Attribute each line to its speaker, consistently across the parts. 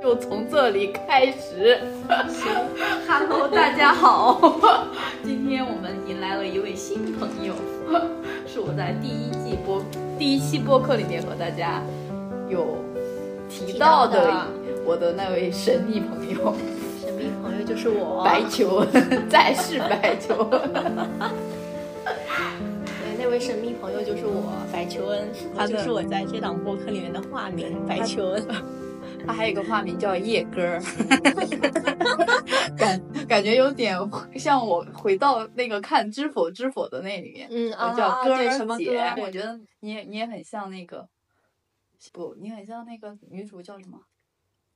Speaker 1: 就从这里开始。
Speaker 2: Hello，大家好，今天我们迎来了一位新朋友，是我在第一季播第一期播客里面和大家有提到
Speaker 1: 提到
Speaker 2: 的
Speaker 1: 的
Speaker 2: 我的那位神秘朋友
Speaker 1: 神秘朋友就是我
Speaker 2: 白球， 再是白 球。
Speaker 1: 对，那位神秘朋友就是我白求恩，嗯
Speaker 2: 他
Speaker 1: 他
Speaker 2: 的
Speaker 1: 就是我在这档播客里面的化名白求恩。
Speaker 2: 他还有一个化名叫叶哥儿， 感感觉有点像我回到那个看《知否知否》的那里面，
Speaker 1: 嗯
Speaker 2: 我叫哥
Speaker 1: 对
Speaker 2: 儿嗯
Speaker 1: 什么
Speaker 2: 姐
Speaker 1: 歌儿？
Speaker 2: 我觉得你也你也很像那个，不，你很像那个女主叫什么？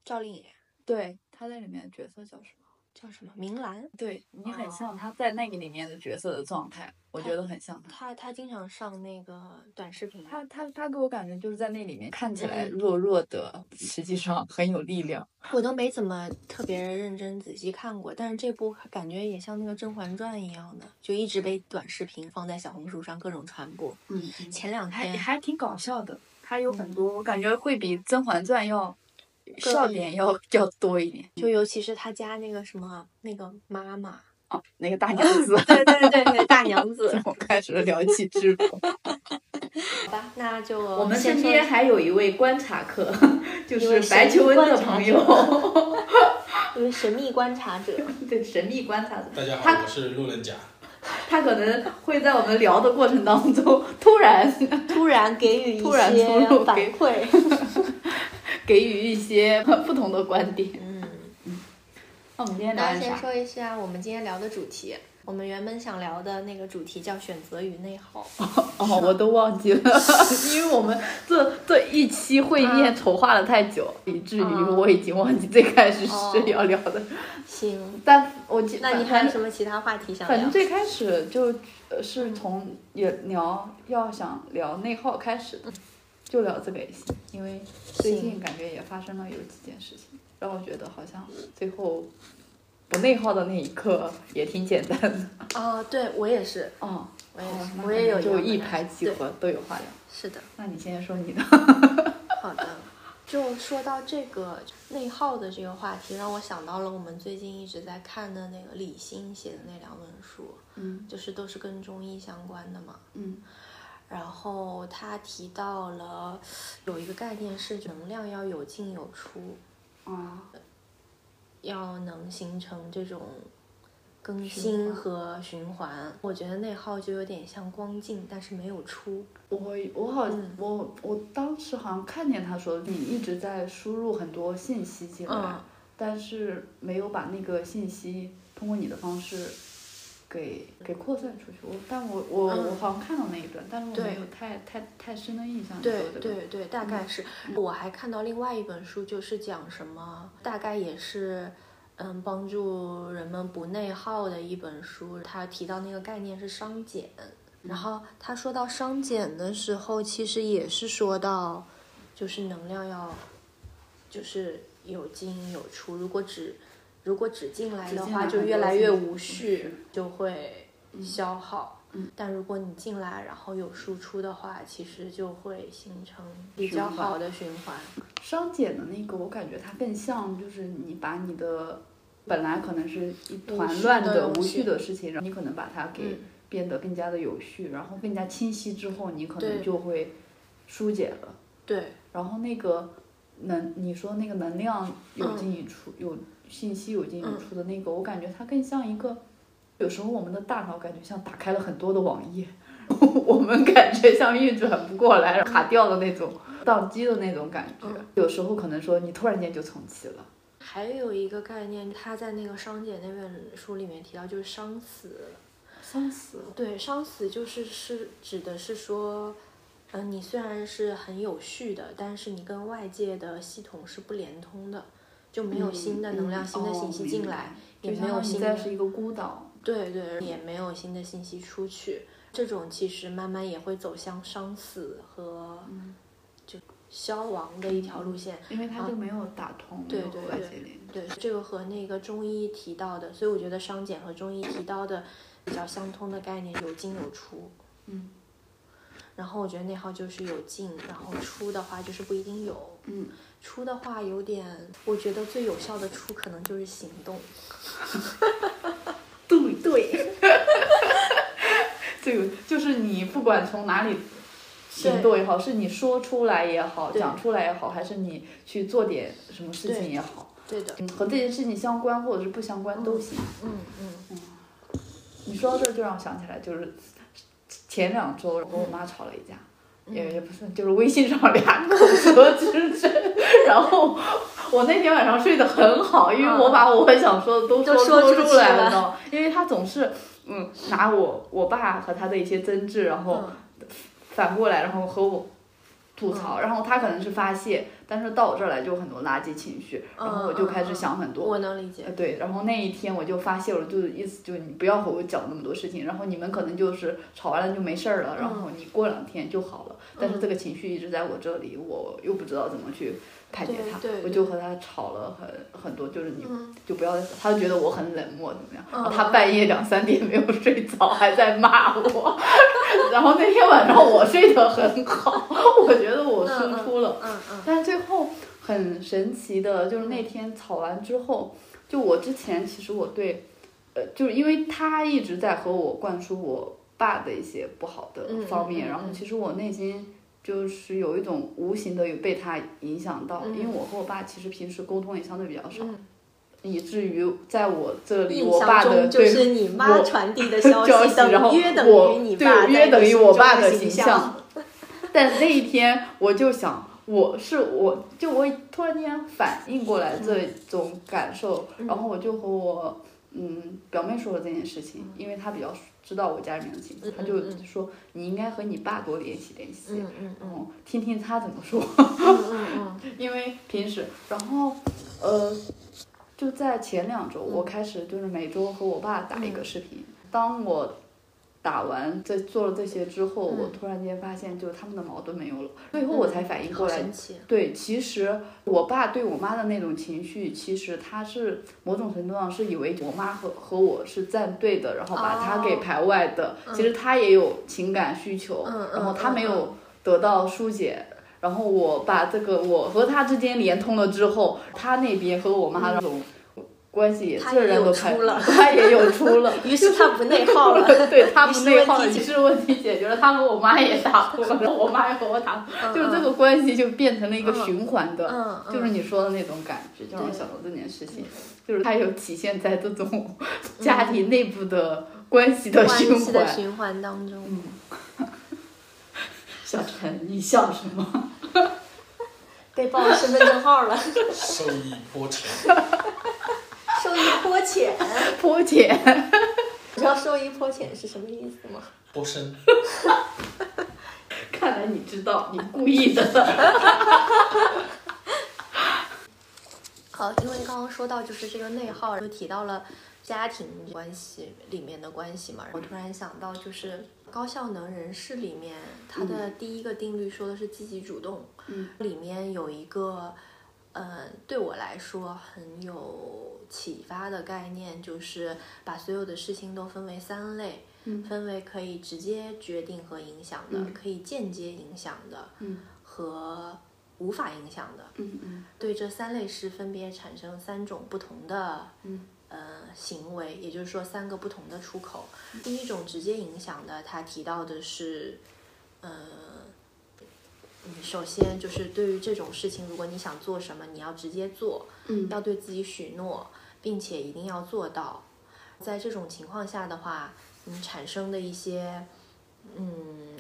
Speaker 1: 赵丽颖
Speaker 2: 对，她在里面的角色叫什么？
Speaker 1: 叫什么？明兰，
Speaker 2: 对你很
Speaker 1: 哦
Speaker 2: 像她在那个里面的角色的状态，我觉得很像她。
Speaker 1: 她她经常上那个短视频。
Speaker 2: 她她她给我感觉就是在那里面看起来
Speaker 1: 嗯
Speaker 2: 弱弱的，实际上很有力量。
Speaker 1: 我都没怎么特别认真仔细看过，但是这部感觉也像那个《甄嬛传》一样的，就一直被短视频放在小红书上各种传播。
Speaker 2: 嗯，
Speaker 1: 前两
Speaker 2: 还
Speaker 1: 天
Speaker 2: 还挺搞笑的，它有很多，我感觉会比《甄嬛传》要
Speaker 1: 更
Speaker 2: 笑点要要多一点
Speaker 1: 就尤其是他家那个什么那个妈妈，
Speaker 2: 啊。那个大娘 子
Speaker 1: 对对对对，大娘 子。
Speaker 2: 我开始聊起知否。
Speaker 1: 好吧， 那就
Speaker 2: 我们
Speaker 1: 哦先
Speaker 2: 身
Speaker 1: 说
Speaker 2: 边还有一位观察客，就
Speaker 1: 一位
Speaker 2: 是
Speaker 1: 神
Speaker 2: 白
Speaker 1: 秘
Speaker 2: 求恩
Speaker 1: 观
Speaker 2: 的
Speaker 1: 察
Speaker 2: 朋
Speaker 1: 者
Speaker 2: 友，
Speaker 1: 一位神秘观察者，
Speaker 2: 对神秘观察者。
Speaker 3: 大家
Speaker 2: 他
Speaker 3: 好，我是路人甲。
Speaker 2: 他可能会在我们聊的过程当中，突然
Speaker 1: 突然给予一
Speaker 2: 突然从
Speaker 1: 些
Speaker 2: 我
Speaker 1: 反
Speaker 2: 给
Speaker 1: 馈。
Speaker 2: 给予一些 不同的观点。
Speaker 1: 嗯，
Speaker 2: 那我们今天聊
Speaker 1: 那
Speaker 2: 点
Speaker 1: 先
Speaker 2: 啥？
Speaker 1: 说一下我们今天聊的主题。我们原本想聊的那个主题叫选择与内耗，
Speaker 2: 哦，我都忘记了， 因为我们这这一期会面筹划了太久，以至于
Speaker 1: 啊
Speaker 2: 我已经忘记最开始
Speaker 1: 哦
Speaker 2: 是要聊的。
Speaker 1: 行，
Speaker 2: 但我记，
Speaker 1: 那你
Speaker 2: 反
Speaker 1: 还有什么其他话题想
Speaker 2: 反正
Speaker 1: 聊？
Speaker 2: 最开
Speaker 1: 嗯
Speaker 2: 始就呃是从也聊要想聊内耗开始
Speaker 1: 嗯
Speaker 2: 的，就聊这个也行，因为最近感觉也发生了有几件事情，让我觉得好像最后不内耗的那一刻也挺简单的。
Speaker 1: 哦，对我也是，
Speaker 2: 哦，
Speaker 1: 我也
Speaker 2: 好
Speaker 1: 是
Speaker 2: 那
Speaker 1: 我也
Speaker 2: 可
Speaker 1: 有
Speaker 2: 能
Speaker 1: 样
Speaker 2: 就
Speaker 1: 的
Speaker 2: 一
Speaker 1: 感
Speaker 2: 拍
Speaker 1: 觉
Speaker 2: 即
Speaker 1: 对
Speaker 2: 合，都有话聊。
Speaker 1: 是的，
Speaker 2: 那你先说你的。
Speaker 1: 好的。 就说到这个内耗的这个话题，让我想到了我们最近一直在看的那个李欣写的那两本书，
Speaker 2: 嗯
Speaker 1: 就是都是跟中医相关的嘛。
Speaker 2: 嗯。
Speaker 1: 然后他提到了有一个概念是能量要有进有出，
Speaker 2: 啊，
Speaker 1: 要能形成这种更
Speaker 2: 循
Speaker 1: 新
Speaker 2: 环
Speaker 1: 和循环。我觉得内耗就有点像光进，但是没有出。
Speaker 2: 我我好
Speaker 1: 嗯
Speaker 2: 我我当时好像看见他说你一直在输入很多信息进来，
Speaker 1: 嗯
Speaker 2: 但是没有把那个信息通过你的方式给给扩散出去。我但我我、
Speaker 1: 嗯
Speaker 2: 我好像看到那一段，但是我
Speaker 1: 对
Speaker 2: 没有太太太深的印象。你
Speaker 1: 对
Speaker 2: 说对吧
Speaker 1: 对对，大概是。嗯我还看到另外一本书，就是讲什么，大概也是，嗯，帮助人们不内耗的一本书。他提到那个概念是商减，然后他说到商减的时候，其实也是说到，就是能量要，就是有进有出。如果只如果只进来
Speaker 2: 只
Speaker 1: 的
Speaker 2: 进
Speaker 1: 话，
Speaker 2: 来
Speaker 1: 就
Speaker 2: 很
Speaker 1: 越
Speaker 2: 多
Speaker 1: 来
Speaker 2: 进
Speaker 1: 越
Speaker 2: 来
Speaker 1: 无
Speaker 2: 无
Speaker 1: 序
Speaker 2: 序，
Speaker 1: 就会
Speaker 2: 嗯
Speaker 1: 消耗。但如果你进来，然后有输出的话，其实就会形成比较
Speaker 2: 循环
Speaker 1: 好的循环。
Speaker 2: 商检的那个，我感觉它更像就是你把你的本来可能是一
Speaker 1: 无
Speaker 2: 团
Speaker 1: 序
Speaker 2: 乱
Speaker 1: 的
Speaker 2: 的
Speaker 1: 东
Speaker 2: 无
Speaker 1: 西
Speaker 2: 序的事情，然后你可能把它给
Speaker 1: 嗯
Speaker 2: 变得更加的有序，然后更加清晰之后，你可
Speaker 1: 对
Speaker 2: 能就会疏解了。
Speaker 1: 对，
Speaker 2: 然后那个能，你说那个能量
Speaker 1: 嗯
Speaker 2: 有进有出，有信息有进有出的那个，我感觉它更像一个，有时候我们的大脑感觉像打开了很多的网页， 我们感觉像运转不过来，卡掉的那种，宕机的那种感觉。
Speaker 1: 嗯
Speaker 2: 有时候可能说你突然间就重启了，
Speaker 1: 还有一个概念，他在那个商姐那本书里面提到，就是伤死。
Speaker 2: 伤死了。
Speaker 1: 对，伤死就是是指的是说，嗯，你虽然是很有序的，但是你跟外界的系统是不连通的，就没有新的能量、
Speaker 2: 嗯
Speaker 1: 新的
Speaker 2: 哦
Speaker 1: 信息进
Speaker 2: 明白
Speaker 1: 来，也
Speaker 2: 就
Speaker 1: 没
Speaker 2: 相
Speaker 1: 有
Speaker 2: 当于
Speaker 1: 新
Speaker 2: 你
Speaker 1: 的
Speaker 2: 在是一个孤岛。
Speaker 1: 对对，也没有新的信息出去，这种其实慢慢也会走向伤死和
Speaker 2: 嗯
Speaker 1: 就消亡的一条路线。啊
Speaker 2: 因为它就没有打通，
Speaker 1: 对
Speaker 2: 没有
Speaker 1: 对
Speaker 2: 和外
Speaker 1: 对
Speaker 2: 界连接
Speaker 1: 对，这个和那个中医提到的，所以我觉得商检和中医提到的比较相通的概念有进有出。
Speaker 2: 嗯，
Speaker 1: 然后我觉得内耗就是有进，然后出的话就是不一定有。
Speaker 2: 嗯，
Speaker 1: 出的话有点，我觉得最有效的出可能就是行动。
Speaker 2: 对对，这个就是你不管从哪里行动也好，是你说出来也好，
Speaker 1: 对
Speaker 2: 讲出来也好，还是你去做点什么事情也好，
Speaker 1: 对的，
Speaker 2: 嗯，和这件事情相关或者是不相关都行。
Speaker 1: 嗯嗯
Speaker 2: 你说到这儿就让我想起来，就是前两周我跟我妈吵了一架。
Speaker 1: 嗯
Speaker 2: 也也不是，就是微信上俩口舌之争，然后我那天晚上睡得很好，因为我把我想说的都
Speaker 1: 嗯都
Speaker 2: 说
Speaker 1: 说出
Speaker 2: 出
Speaker 1: 去
Speaker 2: 来
Speaker 1: 了
Speaker 2: 你知道吗？因为他总是嗯拿我我爸和他的一些争执，然后
Speaker 1: 嗯
Speaker 2: 反过来，然后和我吐槽，然后他可能是发泄，但是到我这儿来就很多垃圾情绪，然后我就开始想很多，
Speaker 1: 嗯我能理解。
Speaker 2: 呃，对，然后那一天我就发泄了，就是意思就是你不要和我讲那么多事情，然后你们可能就是吵完了就没事儿了，然后你过两天就好了。但是这个情绪一直在我这里，我又不知道怎么去排解它，
Speaker 1: 对对
Speaker 2: 我就和他吵了很很多，就是你
Speaker 1: 嗯，
Speaker 2: 就不要，他就觉得我很冷漠怎么样，然后
Speaker 1: 嗯
Speaker 2: 他半夜两三点没有睡着，还在骂我， 然后那天晚上我睡得很好，我觉得我输出了。
Speaker 1: 嗯嗯
Speaker 2: 但是最后很神奇的，就是那天吵完之后，就我之前其实我对，呃，就是因为他一直在和我灌输我爸的一些不好的
Speaker 1: 嗯
Speaker 2: 方面，
Speaker 1: 嗯嗯
Speaker 2: 然后其实我内心就是有一种无形的有被他影响到，
Speaker 1: 嗯
Speaker 2: 因为我和我爸其实平时沟通也相对比较少，
Speaker 1: 嗯，
Speaker 2: 以至于在我这里
Speaker 1: 印
Speaker 2: 我爸
Speaker 1: 象
Speaker 2: 的
Speaker 1: 中就
Speaker 2: 对
Speaker 1: 是你妈
Speaker 2: 我
Speaker 1: 传递的
Speaker 2: 消
Speaker 1: 息
Speaker 2: 息，然后
Speaker 1: 等约等于
Speaker 2: 我
Speaker 1: 你
Speaker 2: 对
Speaker 1: 爸在
Speaker 2: 约等
Speaker 1: 你
Speaker 2: 于
Speaker 1: 心
Speaker 2: 我
Speaker 1: 中
Speaker 2: 爸
Speaker 1: 的
Speaker 2: 形
Speaker 1: 象。。
Speaker 2: 但那一天我就想，我是我就我突然间反应过来这种感受，
Speaker 1: 嗯
Speaker 2: 然后我就和我嗯表妹说了这件事情，因为她比较知道我家里面的情况
Speaker 1: 嗯，
Speaker 2: 她就
Speaker 1: 嗯嗯
Speaker 2: 说你应该和你爸多联系联系，
Speaker 1: 嗯嗯
Speaker 2: 然后听听他怎么说。
Speaker 1: 嗯嗯
Speaker 2: 因为平时，然后，呃，就在前两周，
Speaker 1: 嗯
Speaker 2: 我开始就是每周和我爸打一个视频。当我打完这做了这些之后，
Speaker 1: 嗯
Speaker 2: 我突然间发现，就是他们的矛盾没有了。最
Speaker 1: 嗯，
Speaker 2: 后我才反应过
Speaker 1: 好
Speaker 2: 来，
Speaker 1: 神奇。
Speaker 2: 对，其实我爸对我妈的那种情绪，其实他是某种程度上是以为我妈和和我是站队的，然后把他给
Speaker 1: 哦
Speaker 2: 排外的。
Speaker 1: 嗯
Speaker 2: 其实他也有情感需求，
Speaker 1: 嗯
Speaker 2: 然后
Speaker 1: 嗯
Speaker 2: 他
Speaker 1: 嗯
Speaker 2: 没有得到疏解。然后我把这个我和他之间连通了之后，他那边和我妈那种关系也
Speaker 1: 嗯他
Speaker 2: 自
Speaker 1: 也
Speaker 2: 然
Speaker 1: 有
Speaker 2: 的
Speaker 1: 出
Speaker 2: 排，
Speaker 1: 了
Speaker 2: 他也有出了。
Speaker 1: 于是他不内耗了。
Speaker 2: 对他不内耗了，
Speaker 1: 于
Speaker 2: 于是问题解决了，他和我妈也打 破了，然后我妈也和我打破了，
Speaker 1: 嗯
Speaker 2: 就是这个关系就变成了一个
Speaker 1: 嗯
Speaker 2: 循环的，
Speaker 1: 嗯，嗯
Speaker 2: 就是你说的那种感觉，就让我
Speaker 1: 对
Speaker 2: 想到这件事情，就是它有体现在这种家庭内部的关系 的
Speaker 1: 关
Speaker 2: 循
Speaker 1: 系的
Speaker 2: 环。
Speaker 1: 循环当中，
Speaker 2: 嗯，小陈，你笑什 么？
Speaker 1: 被报身份证号了，
Speaker 3: 受益颇浅。
Speaker 1: 受益颇浅。
Speaker 2: 波姐，
Speaker 1: 你知道受益颇浅是什么意思吗？
Speaker 3: 颇深，
Speaker 2: 看来你知道，你故意 的。
Speaker 1: 好，呃因为刚刚说到就是这个内耗，就提到了家庭关系里面的关系嘛，我突然想到就是高效能人士里面，它的第一个定律说的是积极主动，
Speaker 2: 嗯，
Speaker 1: 里面有一个，呃，对我来说很有启发的概念，就是把所有的事情都分为三类，
Speaker 2: 嗯
Speaker 1: 分为可以直接决定和影响的，
Speaker 2: 嗯
Speaker 1: 可以间接影响的，
Speaker 2: 嗯
Speaker 1: 和无法影响的。
Speaker 2: 嗯嗯
Speaker 1: 对这三类事分别产生三种不同的
Speaker 2: 嗯
Speaker 1: 呃行为，也就是说三个不同的出口。第一种直接影响的，他提到的是，呃，你首先就是对于这种事情，如果你想做什么，你要直接做，
Speaker 2: 嗯
Speaker 1: 要对自己许诺，并且一定要做到。在这种情况下的话，你产生的一些，嗯，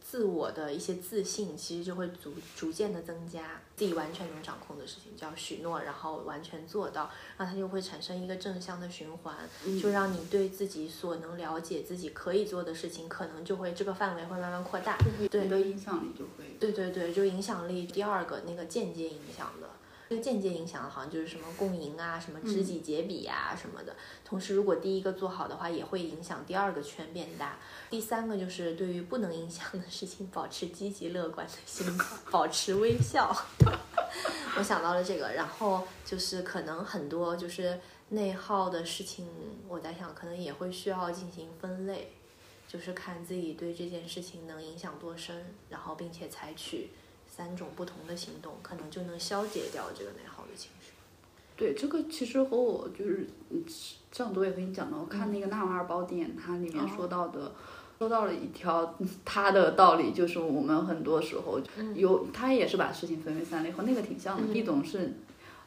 Speaker 1: 自我的一些自信，其实就会逐逐渐的增加。自己完全能掌控的事情，叫许诺，然后完全做到，那它就会产生一个正向的循环，就让你对自己所能了解、自己可以做的事情，可能就会这个范围会慢慢扩大。对
Speaker 2: 你的影响力就会。
Speaker 1: 对对对，就影响力。第二个那个间接影响的，这个间接影响的好像就是什么共赢啊、什么知己解彼啊、什么的。同时，如果第一个做好的话，也会影响第二个圈变大。第三个就是对于不能影响的事情，保持积极乐观的心态，保持微笑。 我想到了这个，然后就是可能很多就是内耗的事情，我在想可能也会需要进行分类。就是看自己对这件事情能影响多深，然后并且采取三种不同的行动，可能就能消解掉这个内耗的情绪。
Speaker 4: 对，这个其实和我就是嗯上周也和你讲了，我看那个《纳瓦尔宝典》，它里面说到的。说到了一条 他的道理，就是我们很多时候有，他也是把事情分为三类，和那个挺像的。一种是，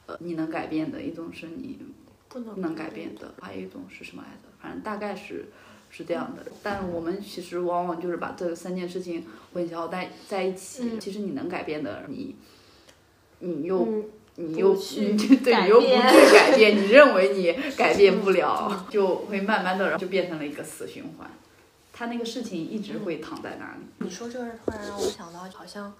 Speaker 4: 呃，你能改变的；一种是你
Speaker 1: 不能
Speaker 4: 不能改
Speaker 2: 嗯
Speaker 4: 变的，还有一种是什么来着？反正大概是是这样的。但我们其实往往就是把这三件事情混淆在在一起。其实你能改变的，你你又你又
Speaker 1: 去
Speaker 4: 你
Speaker 2: 嗯
Speaker 4: 就对
Speaker 1: 改
Speaker 4: 你又不去
Speaker 1: 变
Speaker 4: 改变，你认为你 改变不了，就会慢慢的就变成了一个死循环。他那个事情一直
Speaker 1: 嗯
Speaker 4: 会躺在那里。
Speaker 1: 你说这个突然让我想到，好像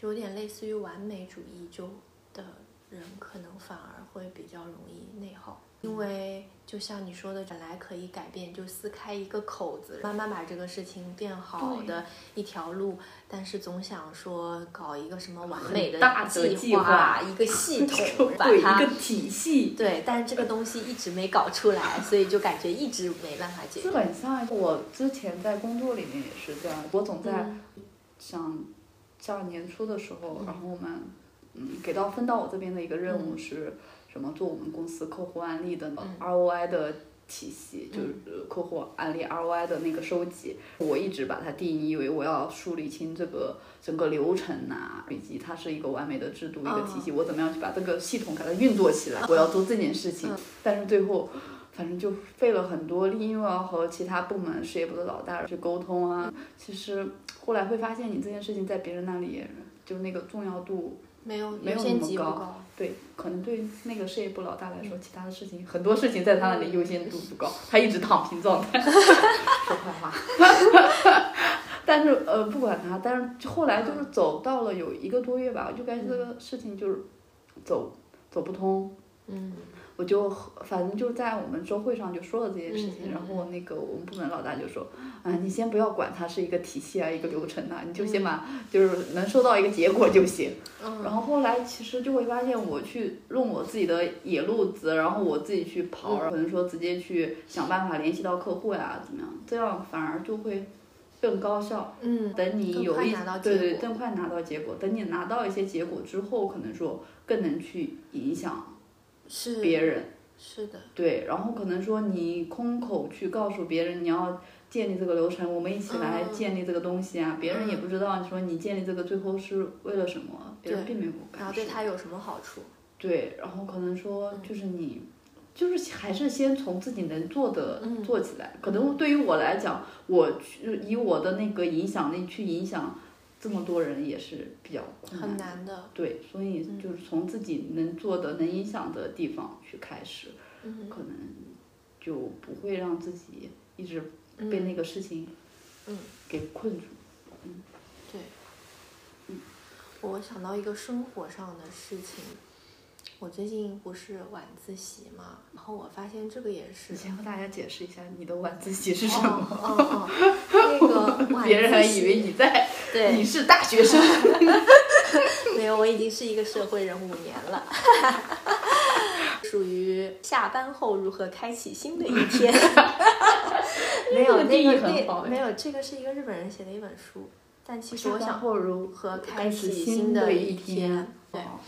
Speaker 1: 就有点类似于完美主义就的人，可能反而会比较容易内耗，因为就像你说的，本来可以改变，就撕开一个口子，慢慢把这个事情变好的一条路，但是总想说搞一个什么完美
Speaker 4: 大的计划
Speaker 1: 一个系统，把
Speaker 4: 对
Speaker 1: 它
Speaker 4: 一个体系。
Speaker 1: 对，但是这个东西一直没搞出来，所以就感觉一直没办法解
Speaker 2: 基
Speaker 1: 决。
Speaker 2: 本上我之前在工作里面也是这样，我总在
Speaker 1: 嗯
Speaker 2: 想，像年初的时候
Speaker 1: 嗯，
Speaker 2: 然后我们嗯给到分到我这边的一个任务是什么？做我们公司客户案例的
Speaker 1: 嗯
Speaker 2: ROI 的体系，
Speaker 1: 嗯
Speaker 2: 就是客户案例 ROI 的那个收集。我一直把它定义为我要梳理清这个整个流程呐、以及它是一个完美的制度一个体系，我怎么样去把这个系统给它运作起来？我要做这件事情，但是最后。反正就费了很多力，因为我要和其他部门事业部的老大去沟通啊。其实后来会发现，你这件事情在别人那里也就那个重要度，
Speaker 1: 没有
Speaker 2: 没有
Speaker 1: 优
Speaker 2: 那
Speaker 1: 先
Speaker 2: 么
Speaker 1: 级不
Speaker 2: 高
Speaker 1: 高，
Speaker 2: 对，可能对那个事业部老大
Speaker 1: 嗯
Speaker 2: 来说，其他的事情很多事情在他那里优先度不高，他一直躺平状态， 说坏话。 但是呃，不管他，但是后来就是
Speaker 1: 嗯
Speaker 2: 走到了有一个多月吧，我就感觉这个事情就是走走不通，
Speaker 1: 嗯
Speaker 2: 我就反正就在我们周会上就说了这件事情，
Speaker 1: 嗯嗯
Speaker 2: 然后那个我们部门老大就说，啊，你先不要管它是一个体系啊，一个流程啊，你就先把、就是能收到一个结果就行。
Speaker 1: 嗯，
Speaker 2: 然后后来其实就会发现，我去用我自己的野路子，然后我自己去
Speaker 1: 嗯
Speaker 2: 跑，可能说直接去想办法联系到客户呀、怎么样，这样反而就会更高效。
Speaker 1: 嗯
Speaker 2: 等你
Speaker 1: 更
Speaker 2: 有
Speaker 1: 快
Speaker 2: 一
Speaker 1: 拿到
Speaker 2: 对
Speaker 1: 结
Speaker 2: 对，
Speaker 1: 果
Speaker 2: 更快拿到结果。等你拿到一些结果之后，可能说更能去影响
Speaker 1: 是
Speaker 2: 别人。
Speaker 1: 是的，
Speaker 2: 对，然后可能说你空口去告诉别人你要建立这个流程，我们一起来
Speaker 1: 嗯
Speaker 2: 建立这个东西啊，别人也不知道你说你建立这个最后是为了什么，别人
Speaker 1: 对
Speaker 2: 并没有
Speaker 1: 然
Speaker 2: 感受
Speaker 1: 后对。他有什么好处？
Speaker 2: 对，然后可能说就是你。就是还是先从自己能做的
Speaker 1: 嗯
Speaker 2: 做起来。可能对于我来讲，我去以我的那个影响力去影响这么多人也是比较困难
Speaker 1: 很
Speaker 2: 的。
Speaker 1: 难的，
Speaker 2: 对，所以
Speaker 1: 嗯
Speaker 2: 就是从自己能做的、能影响的地方去开始。
Speaker 1: 嗯，
Speaker 2: 可能就不会让自己一直
Speaker 1: 嗯
Speaker 2: 被那个事情
Speaker 1: 嗯
Speaker 2: 给困住。
Speaker 1: 对，我想到一个生活上的事情，我最近不是晚自习嘛，然后我发现这个也是
Speaker 2: 你，先和大家解释一下你的晚自习是
Speaker 1: 哦
Speaker 2: 什么，
Speaker 1: 哦哦，哦 那个晚
Speaker 2: 别人还
Speaker 1: 自
Speaker 2: 以为
Speaker 1: 习
Speaker 2: 你在
Speaker 1: 对
Speaker 2: 你是大学生。
Speaker 1: 没有，我已经是一个社会人五年了， 属于下班后如何开启新的一 天。没有
Speaker 2: 这个
Speaker 1: 那
Speaker 2: 定义
Speaker 1: 个
Speaker 2: 很好哎哦
Speaker 1: 那没有，这个是一个日本人写的一本书，但其实我想
Speaker 2: 或如
Speaker 1: 何
Speaker 2: 开
Speaker 1: 开
Speaker 2: 始
Speaker 1: 启
Speaker 2: 新
Speaker 1: 新的
Speaker 2: 一
Speaker 1: 一天对
Speaker 2: 哦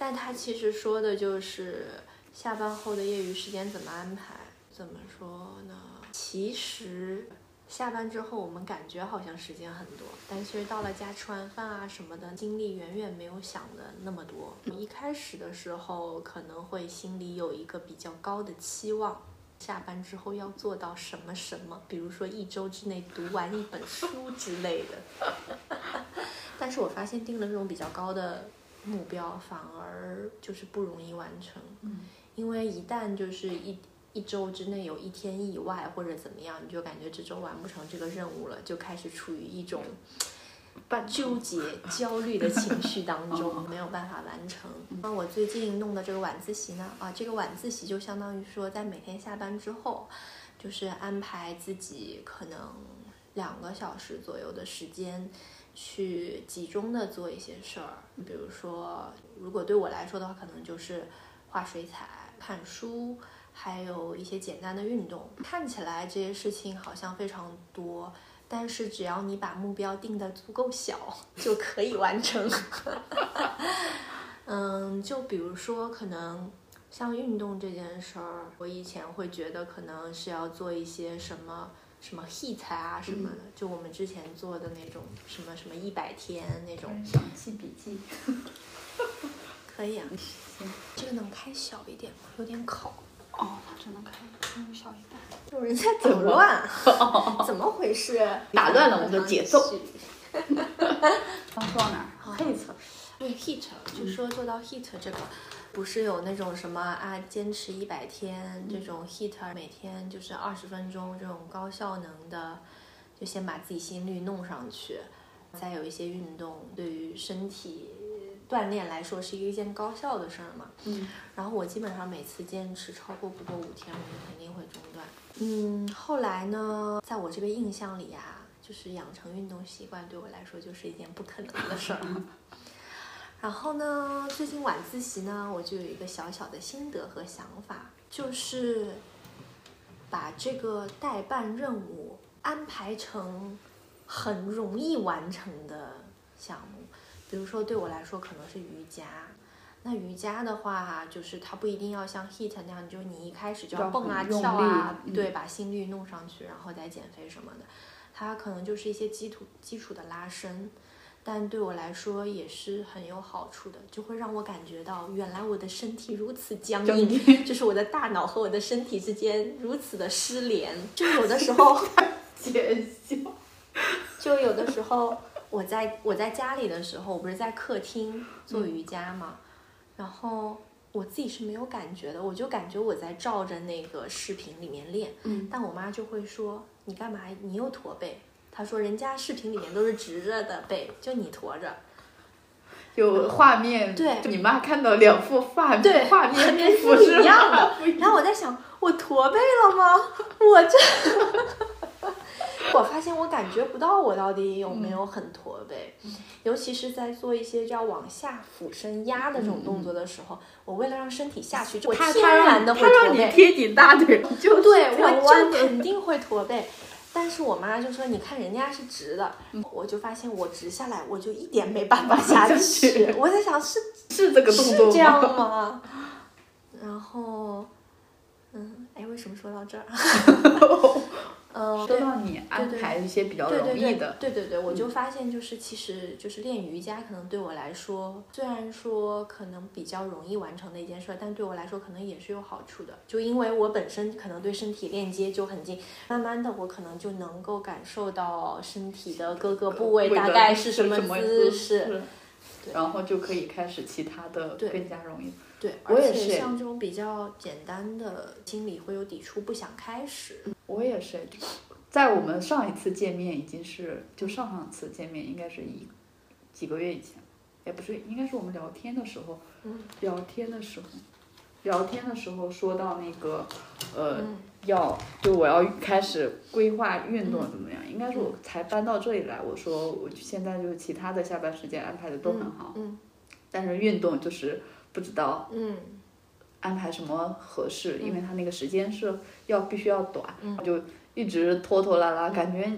Speaker 1: 但他其实说的就是下班后的业余时间怎么安排。怎么说呢？其实下班之后，我们感觉好像时间很多，但其实到了家吃完饭啊什么的，精力远远没有想的那么多。一开始的时候，可能会心里有一个比较高的期望。下班之后要做到什么什么，比如说一周之内读完一本书之类的。 但是我发现定了这种比较高的目标，反而就是不容易完成。
Speaker 2: 嗯
Speaker 1: 因为一旦就是一一周之内有一天意外或者怎么样，你就感觉这周完不成这个任务了，就开始处于一种
Speaker 2: 半
Speaker 1: 纠结、焦虑的情绪当
Speaker 2: 哦嗯
Speaker 1: 中，没有办法完成。那我最近弄的这个晚自习呢，啊，这个晚自习就相当于说，在每天下班之后，就是安排自己可能两个小时左右的时间。去集中的做一些事儿，比如说，如果对我来说的话，可能就是画水彩、看书，还有一些简单的运动。看起来这些事情好像非常多，但是只要你把目标定的足够小，就可以完成。 嗯，就比如说可能。像运动这件事儿，我以前会觉得可能是要做一些什么什么 heat 啊什么的，就我们之前做的那种什么什么一百天那种。
Speaker 5: 想记笔记。
Speaker 1: 可以啊。这个能开小一点吗？有点烤。
Speaker 5: 哦，它只能开嗯小一半。
Speaker 1: 有人在 捣 乱，怎么回事？
Speaker 2: 打乱了我们的节奏。哦
Speaker 5: 刚说到哪儿？heat。
Speaker 1: 对 heat，就说做到 heat 这个。不是有那种什么啊，坚持一百天这种 hit，每天就是二十分钟这种高效能的，就先把自己心率弄上去，再有一些运动，对于身体锻炼来说是一件高效的事儿嘛。
Speaker 5: 嗯。
Speaker 1: 然后我基本上每次坚持超过不过五天，我就肯定会中断。嗯，后来呢，在我这个印象里呀、啊，就是养成运动习惯对我来说就是一件不可能的事儿。然后呢，最近晚自习呢，我就有一个小小的心得和想法，就是把这个代办任务安排成很容易完成的项目。比如说，对我来说可能是瑜伽。那瑜伽的话，就是它不一定要像 HIIT 那样，就是你一开始就要蹦啊、跳啊，
Speaker 2: 嗯、
Speaker 1: 对，把心率弄上去，然后再减肥什么的。它可能就是一些基础基础的拉伸。但对我来说也是很有好处的，就会让我感觉到原来我的身体如此僵硬， 就是我的大脑和我的身体之间如此的失联。就有的时候，
Speaker 2: 解笑，
Speaker 1: 就有的时候我在我在家里的时候，我不是在客厅做瑜伽嘛，嗯、然后我自己是没有感觉的，我就感觉我在照着那个视频里面练。
Speaker 5: 嗯，
Speaker 1: 但我妈就会说：“你干嘛？你又驼背。”他说：“人家视频里面都是直着的背，就你驼着，
Speaker 2: 有画面。
Speaker 1: 对，
Speaker 2: 你妈看到两幅画
Speaker 1: 对
Speaker 2: 画面
Speaker 1: 不
Speaker 2: 是
Speaker 1: 一样的。然后我在想，我驼背了 吗？我这，我发现我感觉不到我到底有没有很驼背，
Speaker 5: 嗯、
Speaker 1: 尤其是在做一些要往下俯身压的这种动作的时候，
Speaker 5: 嗯、
Speaker 1: 我为了让身体下去，
Speaker 2: 我
Speaker 1: 天然的会
Speaker 2: 驼背。贴你大腿，就
Speaker 1: 对，我就肯定会驼背。”但是我妈就说：“你看人家是直的，
Speaker 5: 嗯、
Speaker 1: 我就发现我直下来，我就一点没办法下去。我在想是
Speaker 2: 是这个动作
Speaker 1: 是这样吗？然后，嗯，哎，为什么说到 这儿？嗯，
Speaker 2: 说到你安排一些比较容易的，
Speaker 1: 对对对，我就发现就是其实就是练瑜伽，可能对我来说，虽然说可能比较容易完成的一件事，但对我来说可能也是有好处的，就因为我本身可能对身体链接就很近，慢慢的我可能就能够感受到身体的各个部位大概是
Speaker 2: 什
Speaker 1: 么姿势，
Speaker 2: 然后就可以开始其他的更加容易。
Speaker 1: 对，
Speaker 2: 我也
Speaker 1: 是
Speaker 2: 是
Speaker 1: 像这种比较简单的，心里会有抵触，不想开始。
Speaker 2: 我也是，在我们上一次见面已经是就上上次见面应该是一几个月以前，也不是，应该是我们聊天的时候，
Speaker 1: 嗯
Speaker 2: 聊天的时候，聊天的时候说到那个呃、
Speaker 1: 嗯
Speaker 2: 要就我要开始规划运动怎么样，应该是
Speaker 1: 嗯
Speaker 2: 我才搬到这里来，我说我现在就是其他的下班时间安排的都很好，
Speaker 1: 嗯
Speaker 2: 但是运动就是不知道
Speaker 1: 嗯
Speaker 2: 安排什么合适，
Speaker 1: 嗯
Speaker 2: 因为他那个时间是要必须要短，
Speaker 1: 嗯
Speaker 2: 就一直拖拖拉拉，感觉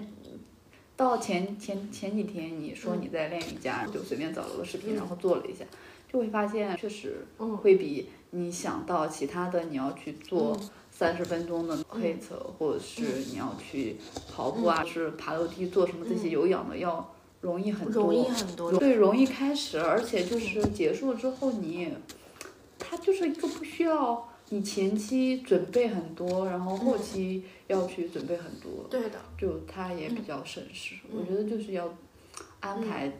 Speaker 2: 到前前前几天你说你在练瑜伽，就随便找了个视频，
Speaker 1: 嗯
Speaker 2: 然后做了一下，就会发现确实
Speaker 1: 嗯
Speaker 2: 会比你想到其他的你要去做
Speaker 1: 嗯
Speaker 2: 三十分钟的 hit，、或者是你要去跑步
Speaker 1: 嗯
Speaker 2: 啊，是爬楼梯做什么这些有氧的要容易很多，
Speaker 1: 容易很多。
Speaker 2: 对，容易开始，而且就是结束之后你也，它就是一个不需要你前期准备很多，然后后期要去准备很多，
Speaker 1: 嗯对的，
Speaker 2: 就它也比较省事。
Speaker 1: 嗯
Speaker 2: 我觉得就是要安排，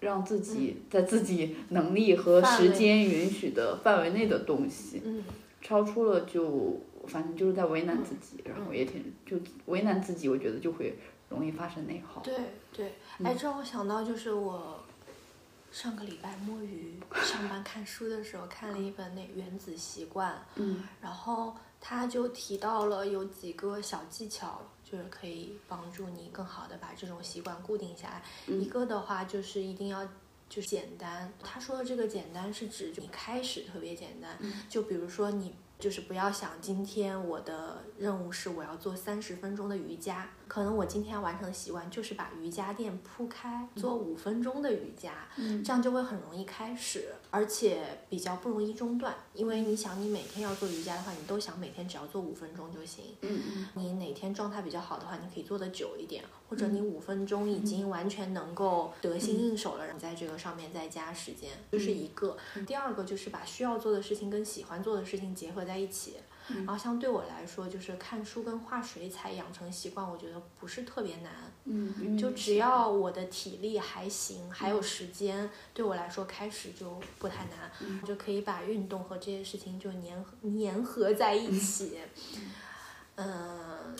Speaker 2: 让自己在自己能力和
Speaker 1: 嗯范
Speaker 2: 时
Speaker 1: 围
Speaker 2: 间允许的范围内的东西，
Speaker 1: 嗯
Speaker 2: 超出了就反正就是在为难自己，
Speaker 1: 嗯
Speaker 2: 然后也挺就为难自己，我觉得就会容易发生内耗。
Speaker 1: 对对。哎，
Speaker 2: 嗯
Speaker 1: 这让我想到就是我上个礼拜摸鱼上班看书的时候，看了一本那《原子习惯》，
Speaker 2: 嗯，
Speaker 1: 然后他就提到了有几个小技巧，就是可以帮助你更好的把这种习惯固定下来。
Speaker 2: 嗯
Speaker 1: 一个的话就是一定要。就是简单，他说的这个简单是指你开始特别简单，
Speaker 2: 嗯
Speaker 1: 就比如说你就是不要想今天我的任务是我要做三十分钟的瑜伽，可能我今天完成的习惯就是把瑜伽垫铺开，做五分钟的瑜伽，
Speaker 2: 嗯
Speaker 1: 这样就会很容易开始，而且比较不容易中断。因为你想，你每天要做瑜伽的话，你都想每天只要做五分钟就行。
Speaker 2: 嗯嗯
Speaker 1: 你哪天状态比较好的话，你可以做的久一点，或者你五分钟已经完全能够得心应手了，然后在这个上面再加时间，这、是一个。第二个就是把需要做的事情跟喜欢做的事情结合在一起。
Speaker 2: 嗯
Speaker 1: 然后像对我来说，就是看书跟画水彩养成习惯，我觉得不是特别难。
Speaker 2: 嗯嗯，
Speaker 1: 就只要我的体力还行，还有时间，对我来说开始就不太难，
Speaker 2: 嗯
Speaker 1: 我就可以把运动和这些事情就粘合粘合在一起。嗯，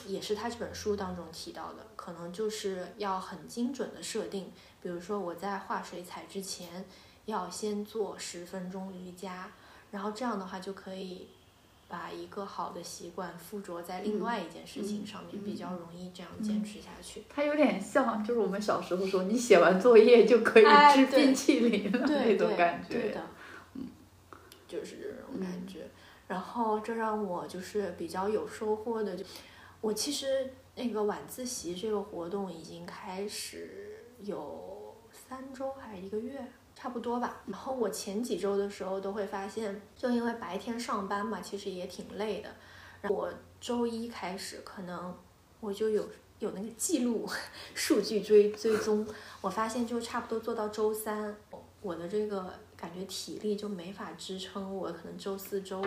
Speaker 1: 也是他这本书当中提到的，可能就是要很精准的设定，比如说我在画水彩之前，要先做十分钟瑜伽，然后这样的话就可以把一个好的习惯附着在另外一件事情上
Speaker 2: 嗯
Speaker 1: 面，比较容易这样坚持下去。
Speaker 6: 它有点像，就是我们小时候说，你写完作业就可以
Speaker 1: 哎
Speaker 6: 吃
Speaker 1: 对
Speaker 6: 冰淇淋 了
Speaker 1: 对
Speaker 6: 那种感觉。
Speaker 1: 对对的，嗯就是这种感
Speaker 2: 嗯
Speaker 1: 觉。然后这让我就是比较有收获的，就我其实那个晚自习这个活动已经开始有三周还是一个月。差不多吧。然后我前几周的时候都会发现，就因为白天上班嘛，其实也挺累的。然后我周一开始，可能我就有有那个记录 数据追追踪，我发现就差不多做到周三，我我的这个感觉体力就没法支撑我，可能周四周五、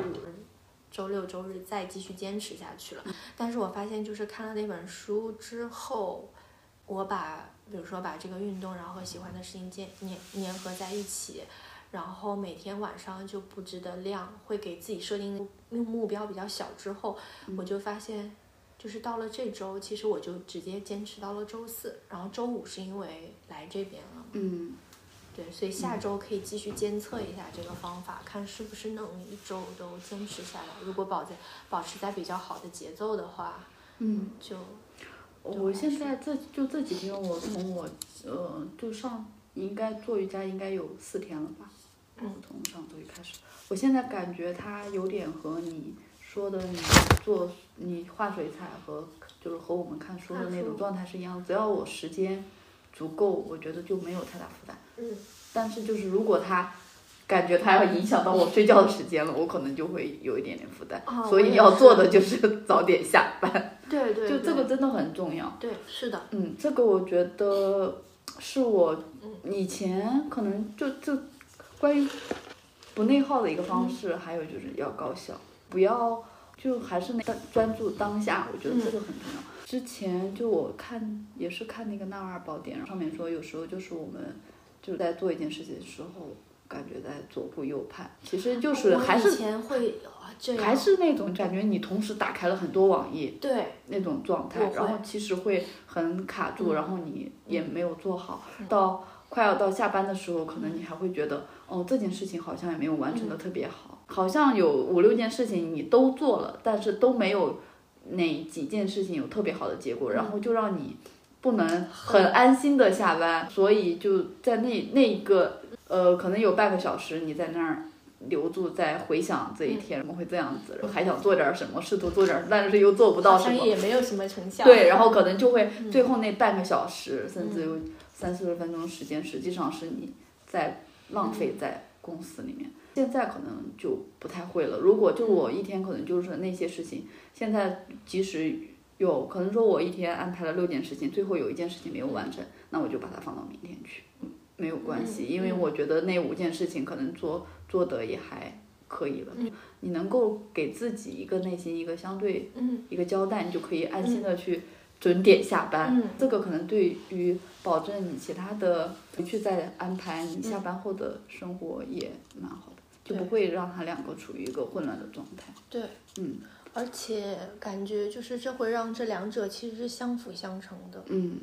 Speaker 1: 周六周日再继续坚持下去了。但是我发现，就是看了那本书之后，我把比如说把这个运动，然后和喜欢的事情兼粘粘合在一起。然后每天晚上就布置的量会给自己设定目目标比较小之后，我就发现，就是到了这周，其实我就直接坚持到了周四，然后周五是因为来这边了，
Speaker 2: 嗯
Speaker 1: 对，所以下周可以继续监测一下这个方法，看是不是能一周都坚持下来。如果保在保持在比较好的节奏的话，
Speaker 2: 嗯。
Speaker 1: 就
Speaker 2: 我
Speaker 1: 对
Speaker 2: 现在这就这几天，我从我呃，就上应该做瑜伽应该有四天了吧，
Speaker 1: 嗯
Speaker 2: 从上周一开始，我现在感觉它有点和你说的你做你画水彩和就是和我们看书的
Speaker 1: 看
Speaker 2: 那种
Speaker 1: 书
Speaker 2: 状态是一样的，只要我时间足够，我觉得就没有太大负担。
Speaker 1: 嗯，
Speaker 2: 但是就是如果它感觉它要影响到我睡觉的时间了，我可能就会有一点点负担，
Speaker 1: 哦
Speaker 2: 所
Speaker 1: 我
Speaker 2: 以
Speaker 1: 也
Speaker 2: 要
Speaker 1: 是
Speaker 2: 做的就是早点下 班，
Speaker 1: 对对，
Speaker 2: 就这
Speaker 1: 对
Speaker 2: 个真的很重要。
Speaker 1: 对是的，
Speaker 2: 嗯，这个我觉得是我
Speaker 1: 嗯
Speaker 2: 以前可能就就关于不内耗的一个方
Speaker 1: 嗯
Speaker 2: 式，还有就是要高效，不要就还是那个专注当下，我觉得这个很重
Speaker 1: 嗯
Speaker 2: 要。之前就我看也是看那个《纳瓦尔宝典》，上面说有时候就是我们就在做一件事情的时候，感觉在左顾右盼，其实就是
Speaker 1: 我
Speaker 2: 还
Speaker 1: 以
Speaker 2: 是
Speaker 1: 前会啊这样，
Speaker 2: 还是那种感觉，你同时打开了很多网页。
Speaker 1: 对
Speaker 2: 那种状态
Speaker 1: 我，会
Speaker 2: 然后其实会很卡住，然后你也没有做好，
Speaker 1: 嗯
Speaker 2: 到快要到下班的时候，可能你还会觉得，哦，这件事情好像也没有完成的特别
Speaker 1: 嗯
Speaker 2: 好，好像有五六件事情你都做了，但是都没有哪几件事情有特别好的结
Speaker 1: 嗯
Speaker 2: 果，然后就让你不能很安心的下班，所以就在那那一个呃，可能有半个小时你在那儿。留住在回想
Speaker 1: 嗯
Speaker 2: 这一天，怎么会这样子？还想做点什么，试图做点，但是又做不到
Speaker 1: 好
Speaker 2: 什么
Speaker 1: 像。也没有什么成效，
Speaker 2: 对，然后可能就会
Speaker 1: 嗯
Speaker 2: 最后那半个小时，甚至有三四十分钟时间，实际上是你在浪费在公司里面。现在可能就不太会了。如果就我一天可能就是那些事情，现在即使有可能说我一天安排了六件事情，最后有一件事情没有完成，那我就把它放到明天去，没有关系，
Speaker 1: 嗯
Speaker 2: 因为
Speaker 1: 嗯
Speaker 2: 我觉得那五件事情可能做做得也还可以了。
Speaker 1: 嗯
Speaker 2: 你能够给自己一个内心一个相对
Speaker 1: 嗯
Speaker 2: 一个交代，你就可以安心的去准点下班。
Speaker 1: 嗯
Speaker 2: 这个可能对于保证你其他的回去再安排你下班后的生活也蛮好的，就
Speaker 1: 对
Speaker 2: 不会让他两个处于一个混乱的状态。
Speaker 1: 对，
Speaker 2: 嗯
Speaker 1: 而且感觉就是这会让这两者其实是相辅相成的。
Speaker 2: 嗯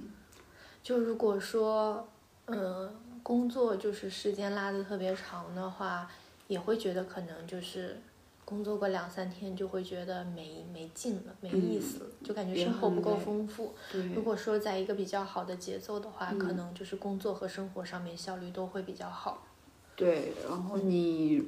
Speaker 1: 就如果说，嗯，工作就是时间拉得特别长的话，也会觉得可能就是工作个两三天就会觉得没没劲了，没意思了，就感觉
Speaker 2: 也
Speaker 1: 生活
Speaker 2: 很
Speaker 1: 不够
Speaker 2: 累
Speaker 1: 丰富。
Speaker 2: 对，
Speaker 1: 如果说在一个比较好的节奏的话，可
Speaker 2: 嗯
Speaker 1: 能就是工作和生活上面效率都会比较好。
Speaker 2: 对，然后你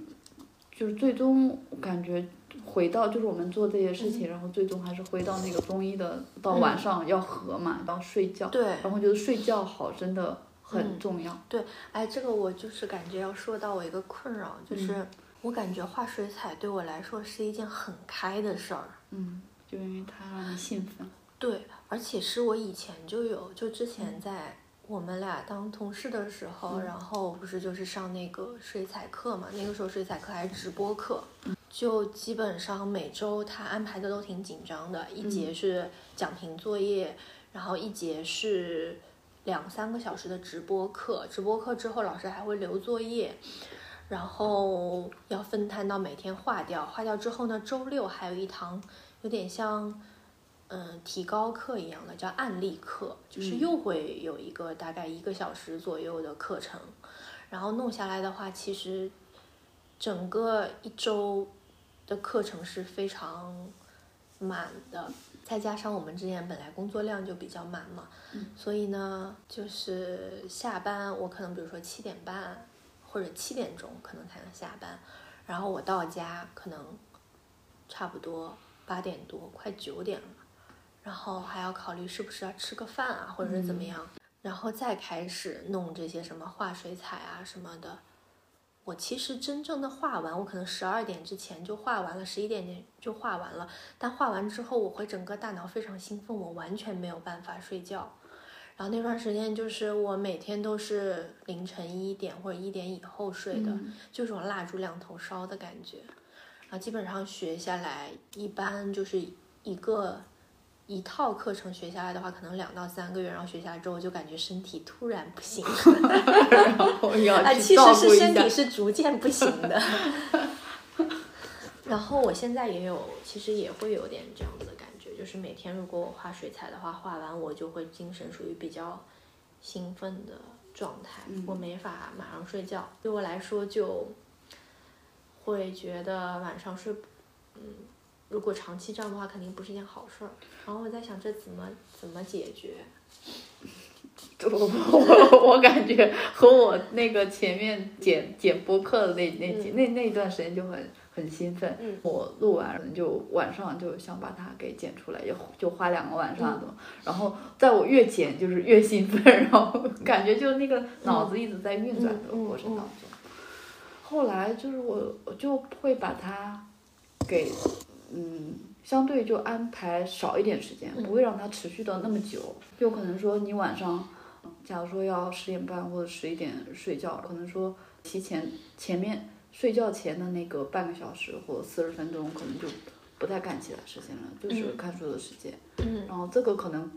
Speaker 2: 就是最终感觉回到就是我们做这些事情，
Speaker 1: 嗯
Speaker 2: 然后最终还是回到那个中医的，到晚上要合嘛，要睡觉，
Speaker 1: 对，嗯
Speaker 2: 然后就是睡觉好真的很重要。
Speaker 1: 对，哎，这个我就是感觉要说到我一个困扰，就是我感觉画水彩对我来说是一件很开的事儿。
Speaker 2: 嗯，就因为它让你兴奋。
Speaker 1: 对，而且是我以前就有，就之前在我们俩当同事的时候，然后不是就是上那个水彩课嘛，那个时候水彩课还是直播课，就基本上每周他安排的都挺紧张的，一节是讲评作业，然后一节是两三个小时的直播课，直播课之后老师还会留作业。然后要分摊到每天画掉，画掉之后呢，周六还有一堂，有点像嗯，提高课一样的叫案例课，就是又会有一个大概一个小时左右的课程，然后弄下来的话，其实整个一周的课程是非常满的，再加上我们之前本来工作量就比较满嘛，所以呢，就是下班我可能比如说七点半或者七点钟可能才能下班，然后我到家可能差不多八点多，快九点了。然后还要考虑是不是要吃个饭啊，或者是怎么样，然后再开始弄这些什么画水彩啊什么的。我其实真正的画完，我可能十二点之前就画完了，十一点点就画完了。但画完之后，我会整个大脑非常兴奋，我完全没有办法睡觉。然后那段时间就是我每天都是凌晨一点或者一点以后睡的，就是我蜡烛两头烧的感觉。然后基本上学下来，一般就是一个一套课程学下来的话，可能两到三个月，然后学下来之后就感觉身体突然不行，
Speaker 2: 然后要
Speaker 1: 啊，
Speaker 2: 去
Speaker 1: 其
Speaker 2: 照
Speaker 1: 实
Speaker 2: 顾
Speaker 1: 是
Speaker 2: 一
Speaker 1: 身
Speaker 2: 下
Speaker 1: 体。是逐渐不行 的。然后我现在也有，其实也会有点这样子的感觉，就是每天如果我画水彩的话，画完我就会精神属于比较兴奋的状态，
Speaker 2: 嗯
Speaker 1: 我没法马上睡觉，对我来说就会觉得晚上睡不，嗯，如果长期这样的话，肯定不是一件好事儿。然后我在想这怎么怎么解决？
Speaker 2: 我我我感觉和我那个前面剪剪播客的那那集、那那段时间就很很兴奋。
Speaker 1: 嗯
Speaker 2: 我录完就晚上就想把它给剪出来，也就花两个晚上
Speaker 1: 嗯
Speaker 2: 的。然后在我越剪就是越兴奋， 然后感觉就那个脑子一直在运转的
Speaker 1: 嗯嗯
Speaker 2: 过程当中。后来就是我我就会把它给嗯，相对就安排少一点时间，
Speaker 1: 嗯
Speaker 2: 不会让它持续到那么久。就可能说你晚上，假如说要十点半或者十一点睡觉，可能说提前前面睡觉前的那个半个小时或四十分钟，可能就不太干其他事情了，就是看书的时间。
Speaker 1: 嗯，
Speaker 2: 然后这个可能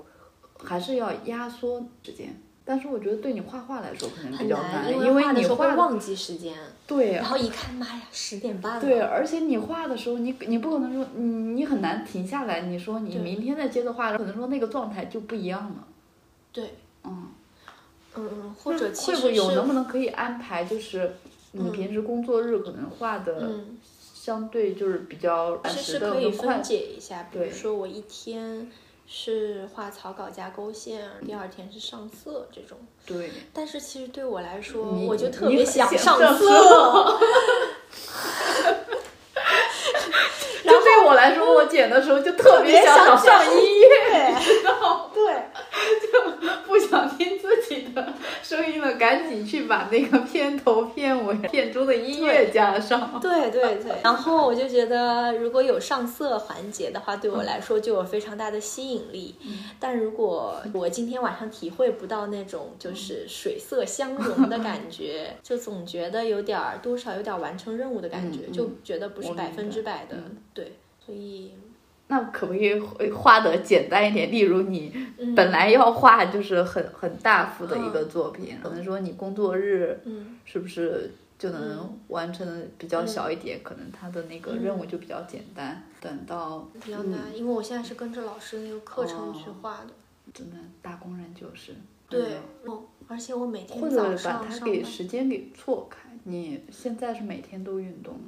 Speaker 2: 还是要压缩时间。但是我觉得对你画画来说可能比
Speaker 1: 很
Speaker 2: 较
Speaker 1: 难，
Speaker 2: 因
Speaker 1: 为画的
Speaker 2: 你
Speaker 1: 时候
Speaker 2: 画
Speaker 1: 会
Speaker 2: 的
Speaker 1: 忘记时间，
Speaker 2: 对
Speaker 1: 然后一看，妈呀，十点半了。
Speaker 2: 对，而且你画的时候，你你不可能说你你很难停下来，你说你
Speaker 1: 对
Speaker 2: 明天再接着画，可能说那个状态就不一样了。
Speaker 1: 对
Speaker 2: 嗯，
Speaker 1: 嗯嗯，或者其
Speaker 2: 会
Speaker 1: 实
Speaker 2: 不
Speaker 1: 是
Speaker 2: 会有能不能可以安排，就是你平时工作日可能画的
Speaker 1: 嗯，
Speaker 2: 相对就是比较按
Speaker 1: 其
Speaker 2: 时
Speaker 1: 实
Speaker 2: 的
Speaker 1: 可以
Speaker 2: 更快
Speaker 1: 分，解一下，比如
Speaker 2: 对
Speaker 1: 说我一天是画草稿加勾线，第二天是上色这种。
Speaker 2: 对，
Speaker 1: 但是其实对我来说，
Speaker 2: 你
Speaker 1: 我就特
Speaker 2: 你
Speaker 1: 别
Speaker 2: 很
Speaker 1: 想
Speaker 2: 想
Speaker 1: 上
Speaker 2: 上
Speaker 1: 色。
Speaker 2: 就对我来说，我剪的时候就特别
Speaker 1: 别想
Speaker 2: 想
Speaker 1: 上
Speaker 2: 音乐，
Speaker 1: 对，
Speaker 2: 不想听自己的声音了，赶紧去把那个片头、片尾、片中的音乐加 上。
Speaker 1: 对对对，然后我就觉得，如果有上色环节的话，对我来说就有非常大的吸引力。
Speaker 2: 嗯
Speaker 1: 但如果我今天晚上体会不到那种
Speaker 2: 嗯
Speaker 1: 就是水色相融的感觉， 就总觉得有点儿多少有点儿完成任务的感觉，
Speaker 2: 嗯嗯
Speaker 1: 就觉得不是
Speaker 2: 我明
Speaker 1: 百
Speaker 2: 白
Speaker 1: 分之百的。
Speaker 2: 嗯
Speaker 1: 对，所以
Speaker 2: 那可不可以画的简单一点？例如你
Speaker 1: 嗯
Speaker 2: 本来要画就是很很大幅的一个作品，可能说你工作日
Speaker 1: 嗯
Speaker 2: 是不是就能完成的比较小一
Speaker 1: 嗯
Speaker 2: 点？可能它的那个任务就比较简单。等到
Speaker 1: 比较难，因为我现在是跟着老师那个课程去
Speaker 2: 哦
Speaker 1: 画的。
Speaker 2: 真的打工人就是哎
Speaker 1: 对，哦，而且我每天
Speaker 2: 或
Speaker 1: 早
Speaker 2: 者把
Speaker 1: 上
Speaker 2: 它
Speaker 1: 上
Speaker 2: 给
Speaker 1: 班。
Speaker 2: 时间给错开。你现在是每天都运动吗？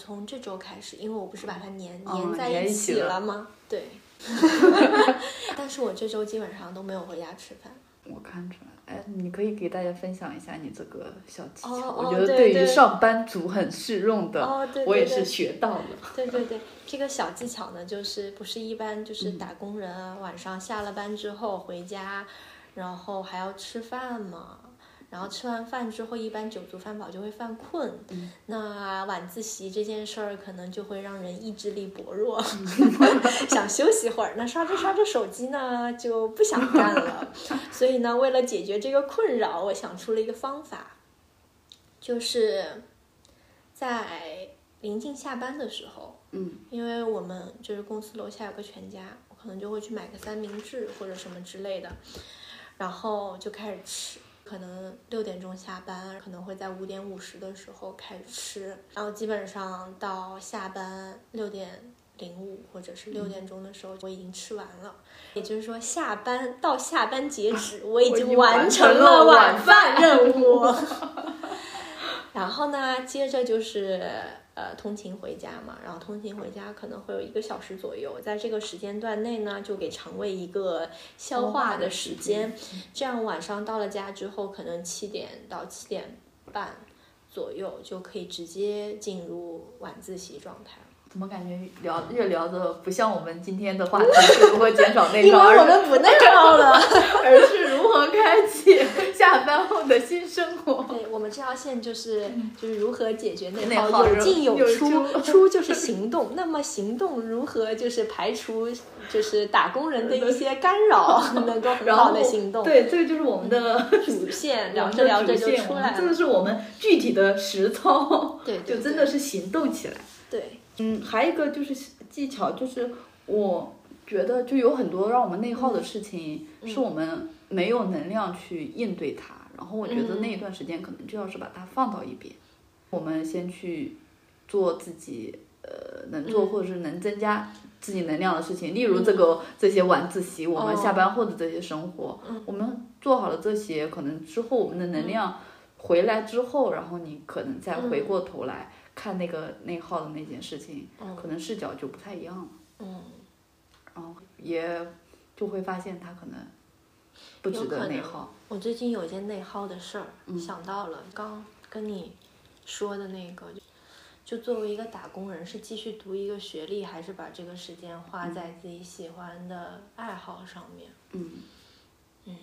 Speaker 1: 从这周开始，因为我不是把它粘
Speaker 2: 哦
Speaker 1: 粘在
Speaker 2: 粘
Speaker 1: 一
Speaker 2: 一
Speaker 1: 起
Speaker 2: 起了
Speaker 1: 了吗？ 对。但是我这周基本上都没有回家吃饭。
Speaker 2: 我看出来了。
Speaker 6: 哎，你可以给大家分享一下你这个小技巧，
Speaker 1: 哦
Speaker 6: 我
Speaker 1: 哦
Speaker 6: 觉得
Speaker 1: 对
Speaker 6: 于
Speaker 1: 对
Speaker 6: 上班族很适用的，
Speaker 1: 哦，对，
Speaker 6: 我也
Speaker 1: 对
Speaker 6: 是学到了。
Speaker 1: 对对对，这个小技巧呢，就是不是一般就是打工人啊，晚上下了班之后回家，然后还要吃饭嘛。然后吃完饭之后，一般酒足饭饱就会犯困。那晚自习这件事儿，可能就会让人意志力薄弱， 想休息会儿。那刷着刷着手机呢，就不想干了。所以呢，为了解决这个困扰，我想出了一个方法，就是在临近下班的时候，
Speaker 2: 嗯，
Speaker 1: 因为我们就是公司楼下有个全家，我可能就会去买个三明治或者什么之类的，然后就开始吃。可能六点钟下班，可能会在五点五十的时候开始吃，然后基本上到下班六点零五或者是六点钟的时候，我已经吃完了。也就是说，下班到下班截止，我已
Speaker 6: 我已
Speaker 1: 经
Speaker 6: 经完
Speaker 1: 完
Speaker 6: 成
Speaker 1: 成
Speaker 6: 了
Speaker 1: 了
Speaker 6: 晚
Speaker 1: 晚饭任 务。然后呢，接着就是呃通勤回家嘛，然后通勤回家可能会有一个小时左右，在这个时间段内呢，就给肠胃一个消化的时间，嗯这样晚上到了家之后，可能七点到七点半左右就可以直接进入晚自习状态。
Speaker 6: 怎么感觉聊越聊的不像我们今天的话题是如何减少内
Speaker 1: 因为
Speaker 6: 耗，
Speaker 1: 我
Speaker 6: 而
Speaker 1: 们不内耗了。
Speaker 6: 而是如何开启 下班后的新生活？
Speaker 1: 对，我们这条线就是就是如何解决内
Speaker 6: 嗯内
Speaker 1: 耗，
Speaker 6: 耗
Speaker 1: 有
Speaker 6: 有
Speaker 1: 进有
Speaker 6: 有
Speaker 1: 出，出就是行动。那么行动如何就是排除就是打工人的一些干扰， 能够很
Speaker 6: 然
Speaker 1: 好
Speaker 6: 后
Speaker 1: 的行动。
Speaker 6: 对，这个就是我们的
Speaker 1: 主线聊
Speaker 6: 我们
Speaker 1: 着
Speaker 6: 的
Speaker 1: 聊着
Speaker 6: 主
Speaker 1: 就
Speaker 6: 线
Speaker 1: 出
Speaker 6: 我们
Speaker 1: 来
Speaker 6: 这
Speaker 1: 了
Speaker 6: 个，是我们具体的实操，
Speaker 1: 对，对
Speaker 6: 就真的是行动起来。
Speaker 1: 对对
Speaker 2: 嗯，还有一个就是技巧，就是我觉得就有很多让我们内耗的事情，是我们没有能量去应对它。然后我觉得那一段时间可能就要是把它放到一边，我们先去做自己呃能做
Speaker 1: 嗯
Speaker 2: 或者是能增加自己能量的事情，例如这个这些晚自习，我
Speaker 1: 哦嗯
Speaker 2: 们下班后的这些生活，我们做好了这些，可能之后我们的能
Speaker 1: 嗯
Speaker 2: 量回来之后，然后你可能再回过头来。看那个内耗的那件事情，
Speaker 1: 嗯
Speaker 2: 可能视角就不太一样了，
Speaker 1: 嗯，
Speaker 2: 然后也就会发现他可能不值得内耗。嗯
Speaker 1: 我最近有一件内耗的事儿，想到了刚跟你说的那个，就作为一个打工人，是继续读一个学历，还是把这个时间花在自己喜欢的爱好上面？
Speaker 2: 嗯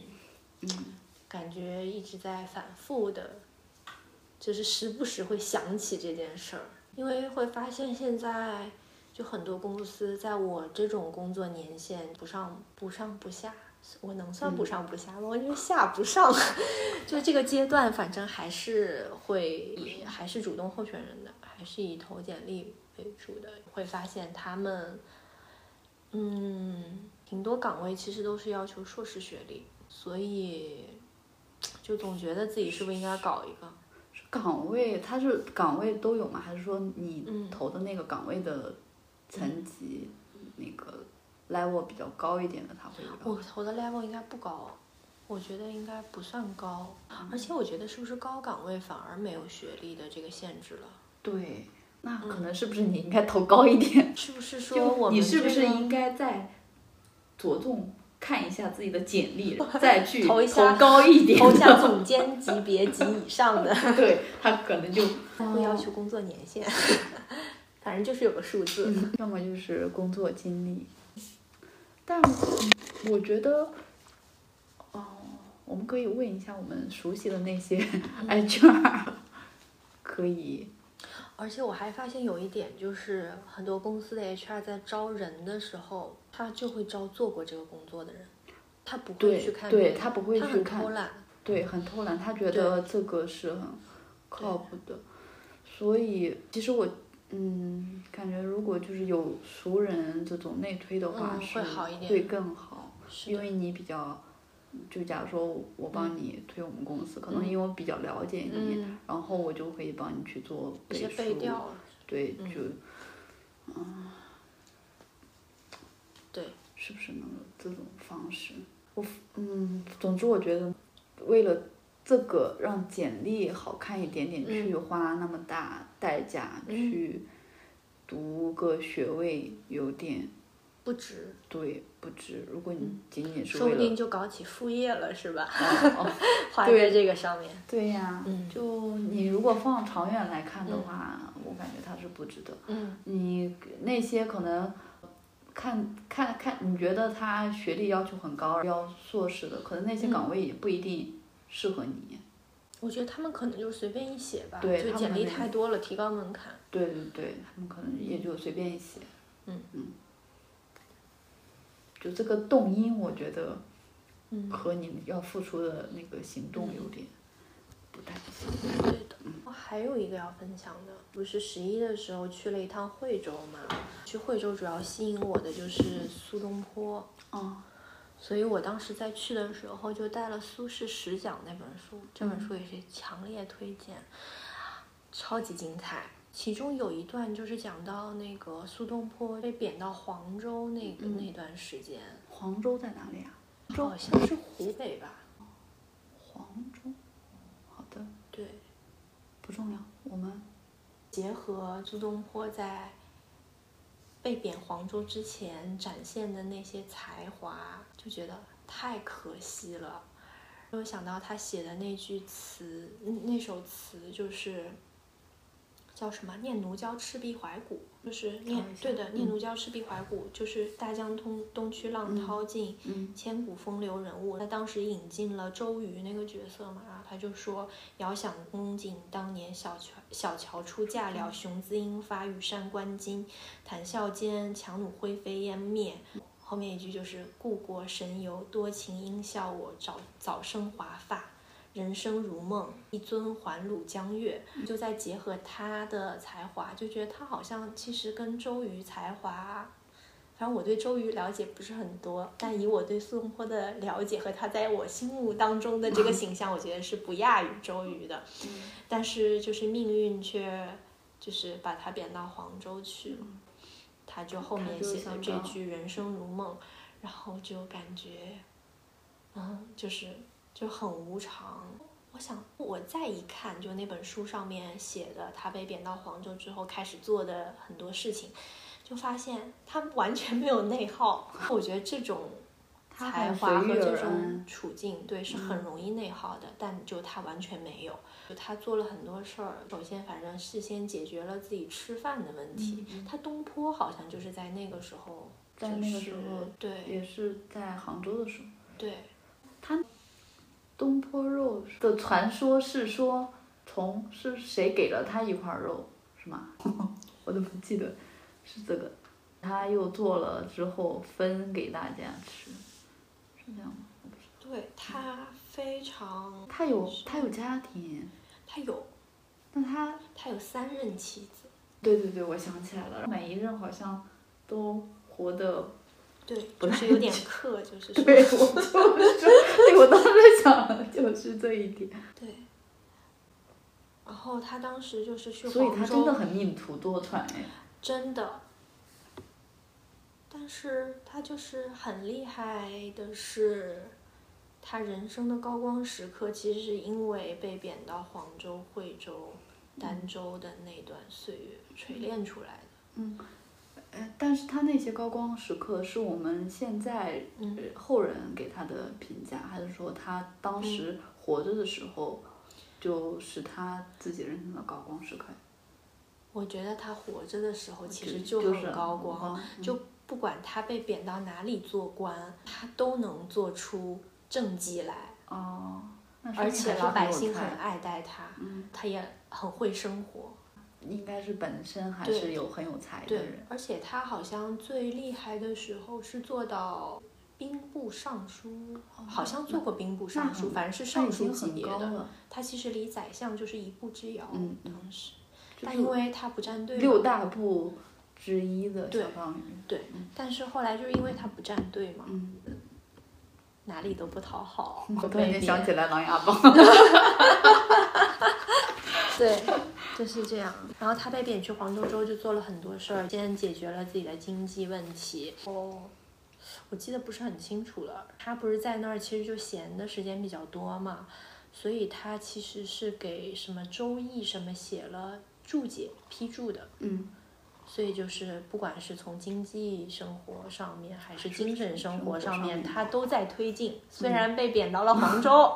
Speaker 1: 感觉一直在反复的，就是时不时会想起这件事儿，因为会发现现在就很多公司在我这种工作年限不上不上不下，我能算不上不下吗？我觉得下不上， 就这个阶段，反正还是会以还是主动候选人的，还是以投简历为主的，会发现他们，嗯，挺多岗位其实都是要求硕士学历。所以就总觉得自己是不是应该搞一个？
Speaker 2: 是岗位，他是岗位都有吗？还是说你
Speaker 1: 嗯
Speaker 2: 投的那个岗位的层级、那个 level 比较高一点的，他会有？
Speaker 1: 我投的 level 应该不高，我觉得应该不算高，而且我觉得是不是高岗位反而没有学历的这个限制了？
Speaker 2: 对，那可能是不是你应该投高一点？
Speaker 1: 是不是
Speaker 2: 就
Speaker 1: 嗯说我们
Speaker 2: 你是不
Speaker 1: 这
Speaker 2: 是
Speaker 1: 个
Speaker 2: 应该再着重看一下自己的简 历，再去
Speaker 1: 投一下
Speaker 2: 高一点？
Speaker 1: 投向总监级别及以上的？
Speaker 2: 对他可能就
Speaker 1: 会要求工作年限， 反正就是有个数字。
Speaker 2: 要么就是工作经历。但我觉得，哦，我们可以问一下我们熟悉的那些
Speaker 1: 嗯
Speaker 2: HR，可以，
Speaker 1: 而且我还发现有一点，就是很多公司的 HR 在招人的时候，他就会招做过这个工作的人，他不会
Speaker 2: 对
Speaker 1: 去看
Speaker 2: 对
Speaker 1: 别人
Speaker 2: 他不会
Speaker 1: 他
Speaker 2: 去
Speaker 1: 很
Speaker 2: 看
Speaker 1: 偷懒。
Speaker 2: 对，很偷懒，他觉得这个是很靠谱的。所以，其实我，嗯，感觉如果就是有熟人这种内推的话，
Speaker 1: 嗯
Speaker 2: 是
Speaker 1: 会好一点
Speaker 2: 会更好。
Speaker 1: 是
Speaker 2: 因为你比较，就假如说我帮你推我们公司，可能
Speaker 1: 嗯
Speaker 2: 因为我比较了解你，
Speaker 1: 嗯，
Speaker 2: 然后我就可以帮你去做
Speaker 1: 一
Speaker 2: 背
Speaker 1: 些
Speaker 2: 书，
Speaker 1: 背调，
Speaker 2: 对，
Speaker 1: 嗯
Speaker 2: 就，嗯，
Speaker 1: 对，
Speaker 2: 是不是能有这种方式？我嗯，总之我觉得，为了这个让简历好看一点点，
Speaker 1: 嗯
Speaker 2: 去花那么大代价
Speaker 1: 嗯
Speaker 2: 去读个学位，有点
Speaker 1: 不值。
Speaker 2: 对，不值。如果你仅仅是
Speaker 1: 说
Speaker 2: 为
Speaker 1: 不
Speaker 2: 了，
Speaker 1: 定就搞起副业了，是 嗯吧？
Speaker 2: 哦
Speaker 1: 花在这个上面。
Speaker 2: 对呀、
Speaker 1: 嗯
Speaker 2: 就你如果放长远来看的话，我感觉它是不值得。
Speaker 1: 嗯
Speaker 2: 你那些可能看看看，你觉得他学历要求很高，要硕士的，可能
Speaker 1: 嗯
Speaker 2: 那些岗位也不一定适合你。
Speaker 1: 我觉得他们可能就随便一写吧，
Speaker 2: 对
Speaker 1: 就
Speaker 2: 他们
Speaker 1: 简历
Speaker 2: 那
Speaker 1: 太多了，提高门槛。
Speaker 2: 对对对，他们可能也就随便一写。
Speaker 1: 嗯
Speaker 2: 嗯，就这个动因，我觉得
Speaker 1: 嗯，
Speaker 2: 和你要付出的那个行动有点不太像。
Speaker 1: 对的。我还有一个要分享的，不是十一的时候去了一趟惠州嘛？去惠州主要吸引我的就是苏东坡。
Speaker 2: 哦，
Speaker 1: 所以我当时在去的时候就带了苏轼《十讲》那本书，这本书也是强烈推荐，超级精彩。其中有一段就是讲到那个苏东坡被贬到黄州那个、那段时间，
Speaker 2: 黄州在哪里啊？
Speaker 1: 好像是湖北吧？
Speaker 2: 黄州，好的，
Speaker 1: 对，
Speaker 2: 不重要，我们
Speaker 1: 结合苏东坡在被贬黄州之前展现的那些才华，就觉得太可惜了。又想到他写的那句词，嗯那首词就是叫什么“念奴娇·赤壁怀古”，就是念
Speaker 2: 查一下
Speaker 1: 对的
Speaker 2: 嗯
Speaker 1: “念奴娇·赤壁怀古”，就是大江东东去浪淘尽，
Speaker 2: 嗯
Speaker 1: 千古风流人物，他当时引进了周瑜那个角色嘛，然后他就说：“遥想公瑾当年小乔小乔出嫁
Speaker 2: 嗯
Speaker 1: 了，雄姿英发，羽扇纶巾，谈笑间樯橹灰飞烟灭。”后面一句就是“故国神游，多情应笑我，早早生华发。”人生如梦，一尊还鲁江月，就再结合他的才华，就觉得他好像其实跟周瑜才华反正我对周瑜了解不是很多，但以我对苏东坡的了解和他在我心目当中的这个形象，我觉得是不亚于周瑜的。但是就是命运却就是把他贬到黄州去了，他就后面写的这
Speaker 2: 他就想到
Speaker 1: 句“人生如梦”，然后就感觉，嗯，就是就很无常。我想，我再一看，就那本书上面写的他被贬到黄州之后开始做的很多事情，就发现他完全没有内耗。 我觉得这种
Speaker 2: 他
Speaker 1: 才
Speaker 2: 很
Speaker 1: 华
Speaker 2: 随
Speaker 1: 和
Speaker 2: 遇
Speaker 1: 这
Speaker 2: 而
Speaker 1: 种
Speaker 2: 安嗯
Speaker 1: 处境，对，是很容易内耗的。但就他完全没有，就他做了很多事儿。首先，反正事先解决了自己吃饭的问题。他东坡好像就是在那个时候，
Speaker 2: 嗯在
Speaker 1: 就
Speaker 2: 那个
Speaker 1: 是
Speaker 2: 时候
Speaker 1: 对
Speaker 2: 也是在杭州的时候。
Speaker 1: 对，
Speaker 2: 东坡肉的传说是说从是谁给了他一块肉，是吗？ 我怎么记得是这个？他又做了之后分给大家吃，是这样吗？
Speaker 1: 对他非常，
Speaker 2: 他有他有家庭，
Speaker 1: 他有
Speaker 2: 那他
Speaker 1: 他有三任妻子，
Speaker 2: 对对对，我想起来了，每一任好像都活得
Speaker 1: 对，
Speaker 2: 不
Speaker 1: 就是
Speaker 2: 太
Speaker 1: 有点克，就是说
Speaker 2: 对，我 就是说，对我当时想就是这一点，
Speaker 1: 对。然后他当时就是去
Speaker 2: 所以
Speaker 1: 黄
Speaker 2: 他
Speaker 1: 州
Speaker 2: 真的很命途多舛哎。
Speaker 1: 真的。但是他就是很厉害的是，他人生的高光时刻其实是因为被贬到黄州、惠州、儋州的那段岁月锤炼出来的。
Speaker 2: 呃，但是他那些高光时刻是我们现在
Speaker 1: 嗯，
Speaker 2: 呃后人给他的评价，还是说他当时活着的时候，就是他自己人生的高光时刻？
Speaker 1: 我觉得他活着的时候其实
Speaker 2: 就哦嗯
Speaker 1: 很高
Speaker 2: 光，
Speaker 1: 光，就不管他被贬到哪里做官，他都能做出政绩来。
Speaker 2: 哦，那说
Speaker 1: 而
Speaker 2: 明
Speaker 1: 且
Speaker 2: 还是
Speaker 1: 老百
Speaker 2: 有
Speaker 1: 姓
Speaker 2: 才
Speaker 1: 很爱戴他，
Speaker 2: 嗯
Speaker 1: 他也很会生活，
Speaker 2: 应该是本身还
Speaker 1: 对
Speaker 2: 是有很有才的
Speaker 1: 对
Speaker 2: 人，，
Speaker 1: 而且他好像最厉害的时候是做到兵部尚书，好像做过兵部尚书，
Speaker 2: 哦那
Speaker 1: 反正是
Speaker 2: 那
Speaker 1: 尚
Speaker 2: 已
Speaker 1: 书
Speaker 2: 经
Speaker 1: 级
Speaker 2: 很
Speaker 1: 别
Speaker 2: 高
Speaker 1: 的。
Speaker 2: 了，
Speaker 1: 他其实离宰相就是一步之遥，
Speaker 2: 嗯嗯
Speaker 1: 当时，
Speaker 2: 就
Speaker 1: 但
Speaker 2: 是
Speaker 1: 因为他不站队嘛，
Speaker 2: 六大部之一的
Speaker 1: 对
Speaker 2: 小刚鱼，
Speaker 1: 但是后来就是因为他不站队嘛，
Speaker 2: 嗯，
Speaker 1: 哪里都不 讨好，
Speaker 2: 我
Speaker 1: 会
Speaker 2: 突然
Speaker 1: 被
Speaker 2: 间想
Speaker 1: 贬
Speaker 2: 起来《琅琊 榜》，
Speaker 1: 对，就是这样。然后他被贬去黄州之后，就做了很多事儿，先解决了自己的经济问题。哦，我记得不是很清楚了。他不是在那儿，其实就闲的时间比较多嘛，所以他其实是给什么《周易》什么写了注解批注的。
Speaker 2: 嗯，
Speaker 1: 所以就是不管是从经济生活上面，还是精神生活上面，嗯它都在推进。虽然被贬到了杭 州，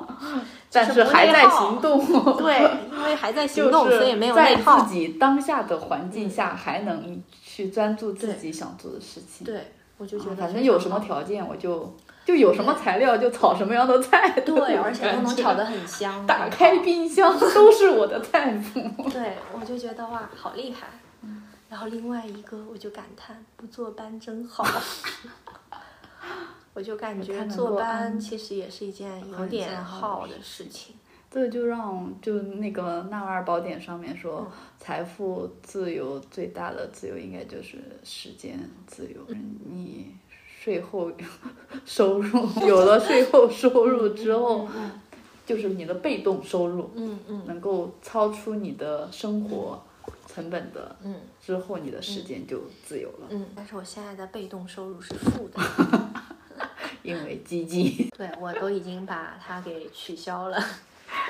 Speaker 2: 但
Speaker 1: 是
Speaker 2: 还在行动。
Speaker 1: 对，因为还在行动，
Speaker 2: 就是
Speaker 1: 所以没有内
Speaker 2: 在
Speaker 1: 耗。嗯
Speaker 2: 自己当下的环境下，还能去专注自己想做的事情。啊
Speaker 1: 对，我就觉得
Speaker 2: 反
Speaker 1: 非
Speaker 2: 正
Speaker 1: 常
Speaker 2: 有什么
Speaker 1: 好
Speaker 2: 条件，我就就有什么材料就炒什么样的菜。
Speaker 1: 对，而且都能炒得很香。
Speaker 2: 打开冰箱都是我的菜谱。
Speaker 1: 对，我就觉得哇，好厉害。然后另外一个，我就感叹不坐班真 好。我就感
Speaker 2: 他
Speaker 1: 觉
Speaker 2: 能
Speaker 1: 坐
Speaker 2: 够
Speaker 1: 班
Speaker 2: 安
Speaker 1: 其实也是一件有
Speaker 2: 很
Speaker 1: 点
Speaker 2: 消耗
Speaker 1: 耗
Speaker 2: 的
Speaker 1: 的事情。
Speaker 2: 这就让就那个纳瓦尔宝典上面说，
Speaker 1: 嗯
Speaker 2: 财富自由最大的自由应该就是时间自由。
Speaker 1: 嗯
Speaker 2: 你税后 收入有了税后收入之后，
Speaker 1: 嗯
Speaker 2: 就是你的被动收入
Speaker 1: 嗯嗯
Speaker 2: 能够超出你的生活成本的，
Speaker 1: 嗯
Speaker 2: 之后你的时间就自由了，
Speaker 1: 嗯，但是我现在的被动收入是负 的，
Speaker 2: 因为基金
Speaker 1: 对我都已经把它给取消了。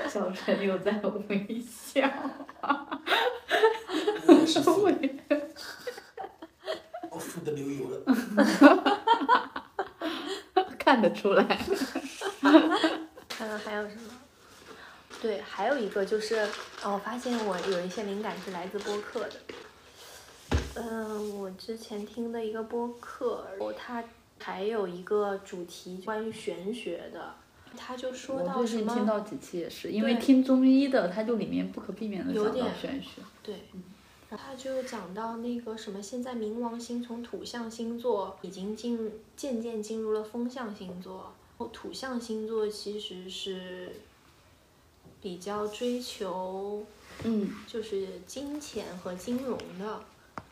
Speaker 2: 小陈又在微 笑，
Speaker 3: 我是负
Speaker 2: 我
Speaker 3: 的我负的流油了。
Speaker 2: 看得出来。
Speaker 1: 看看还有什么？对，还有一个就是，哦我发现我有一些灵感是来自播客的。嗯、我之前听的一个播客，它还有一个主题关于玄学的，他就说
Speaker 2: 我
Speaker 1: 到
Speaker 2: 最
Speaker 1: 什
Speaker 2: 近
Speaker 1: 么？
Speaker 2: 听到几期也是，因为
Speaker 1: 对
Speaker 2: 听中医的，他就里面不可避免的
Speaker 1: 有
Speaker 2: 讲到
Speaker 1: 点
Speaker 2: 玄学。
Speaker 1: 对，他就讲到那个什么，现在冥王星从土象星座已经进渐渐进入了风象星座，哦土象星座其实是比较追求
Speaker 2: 嗯，
Speaker 1: 就是金钱和金融的，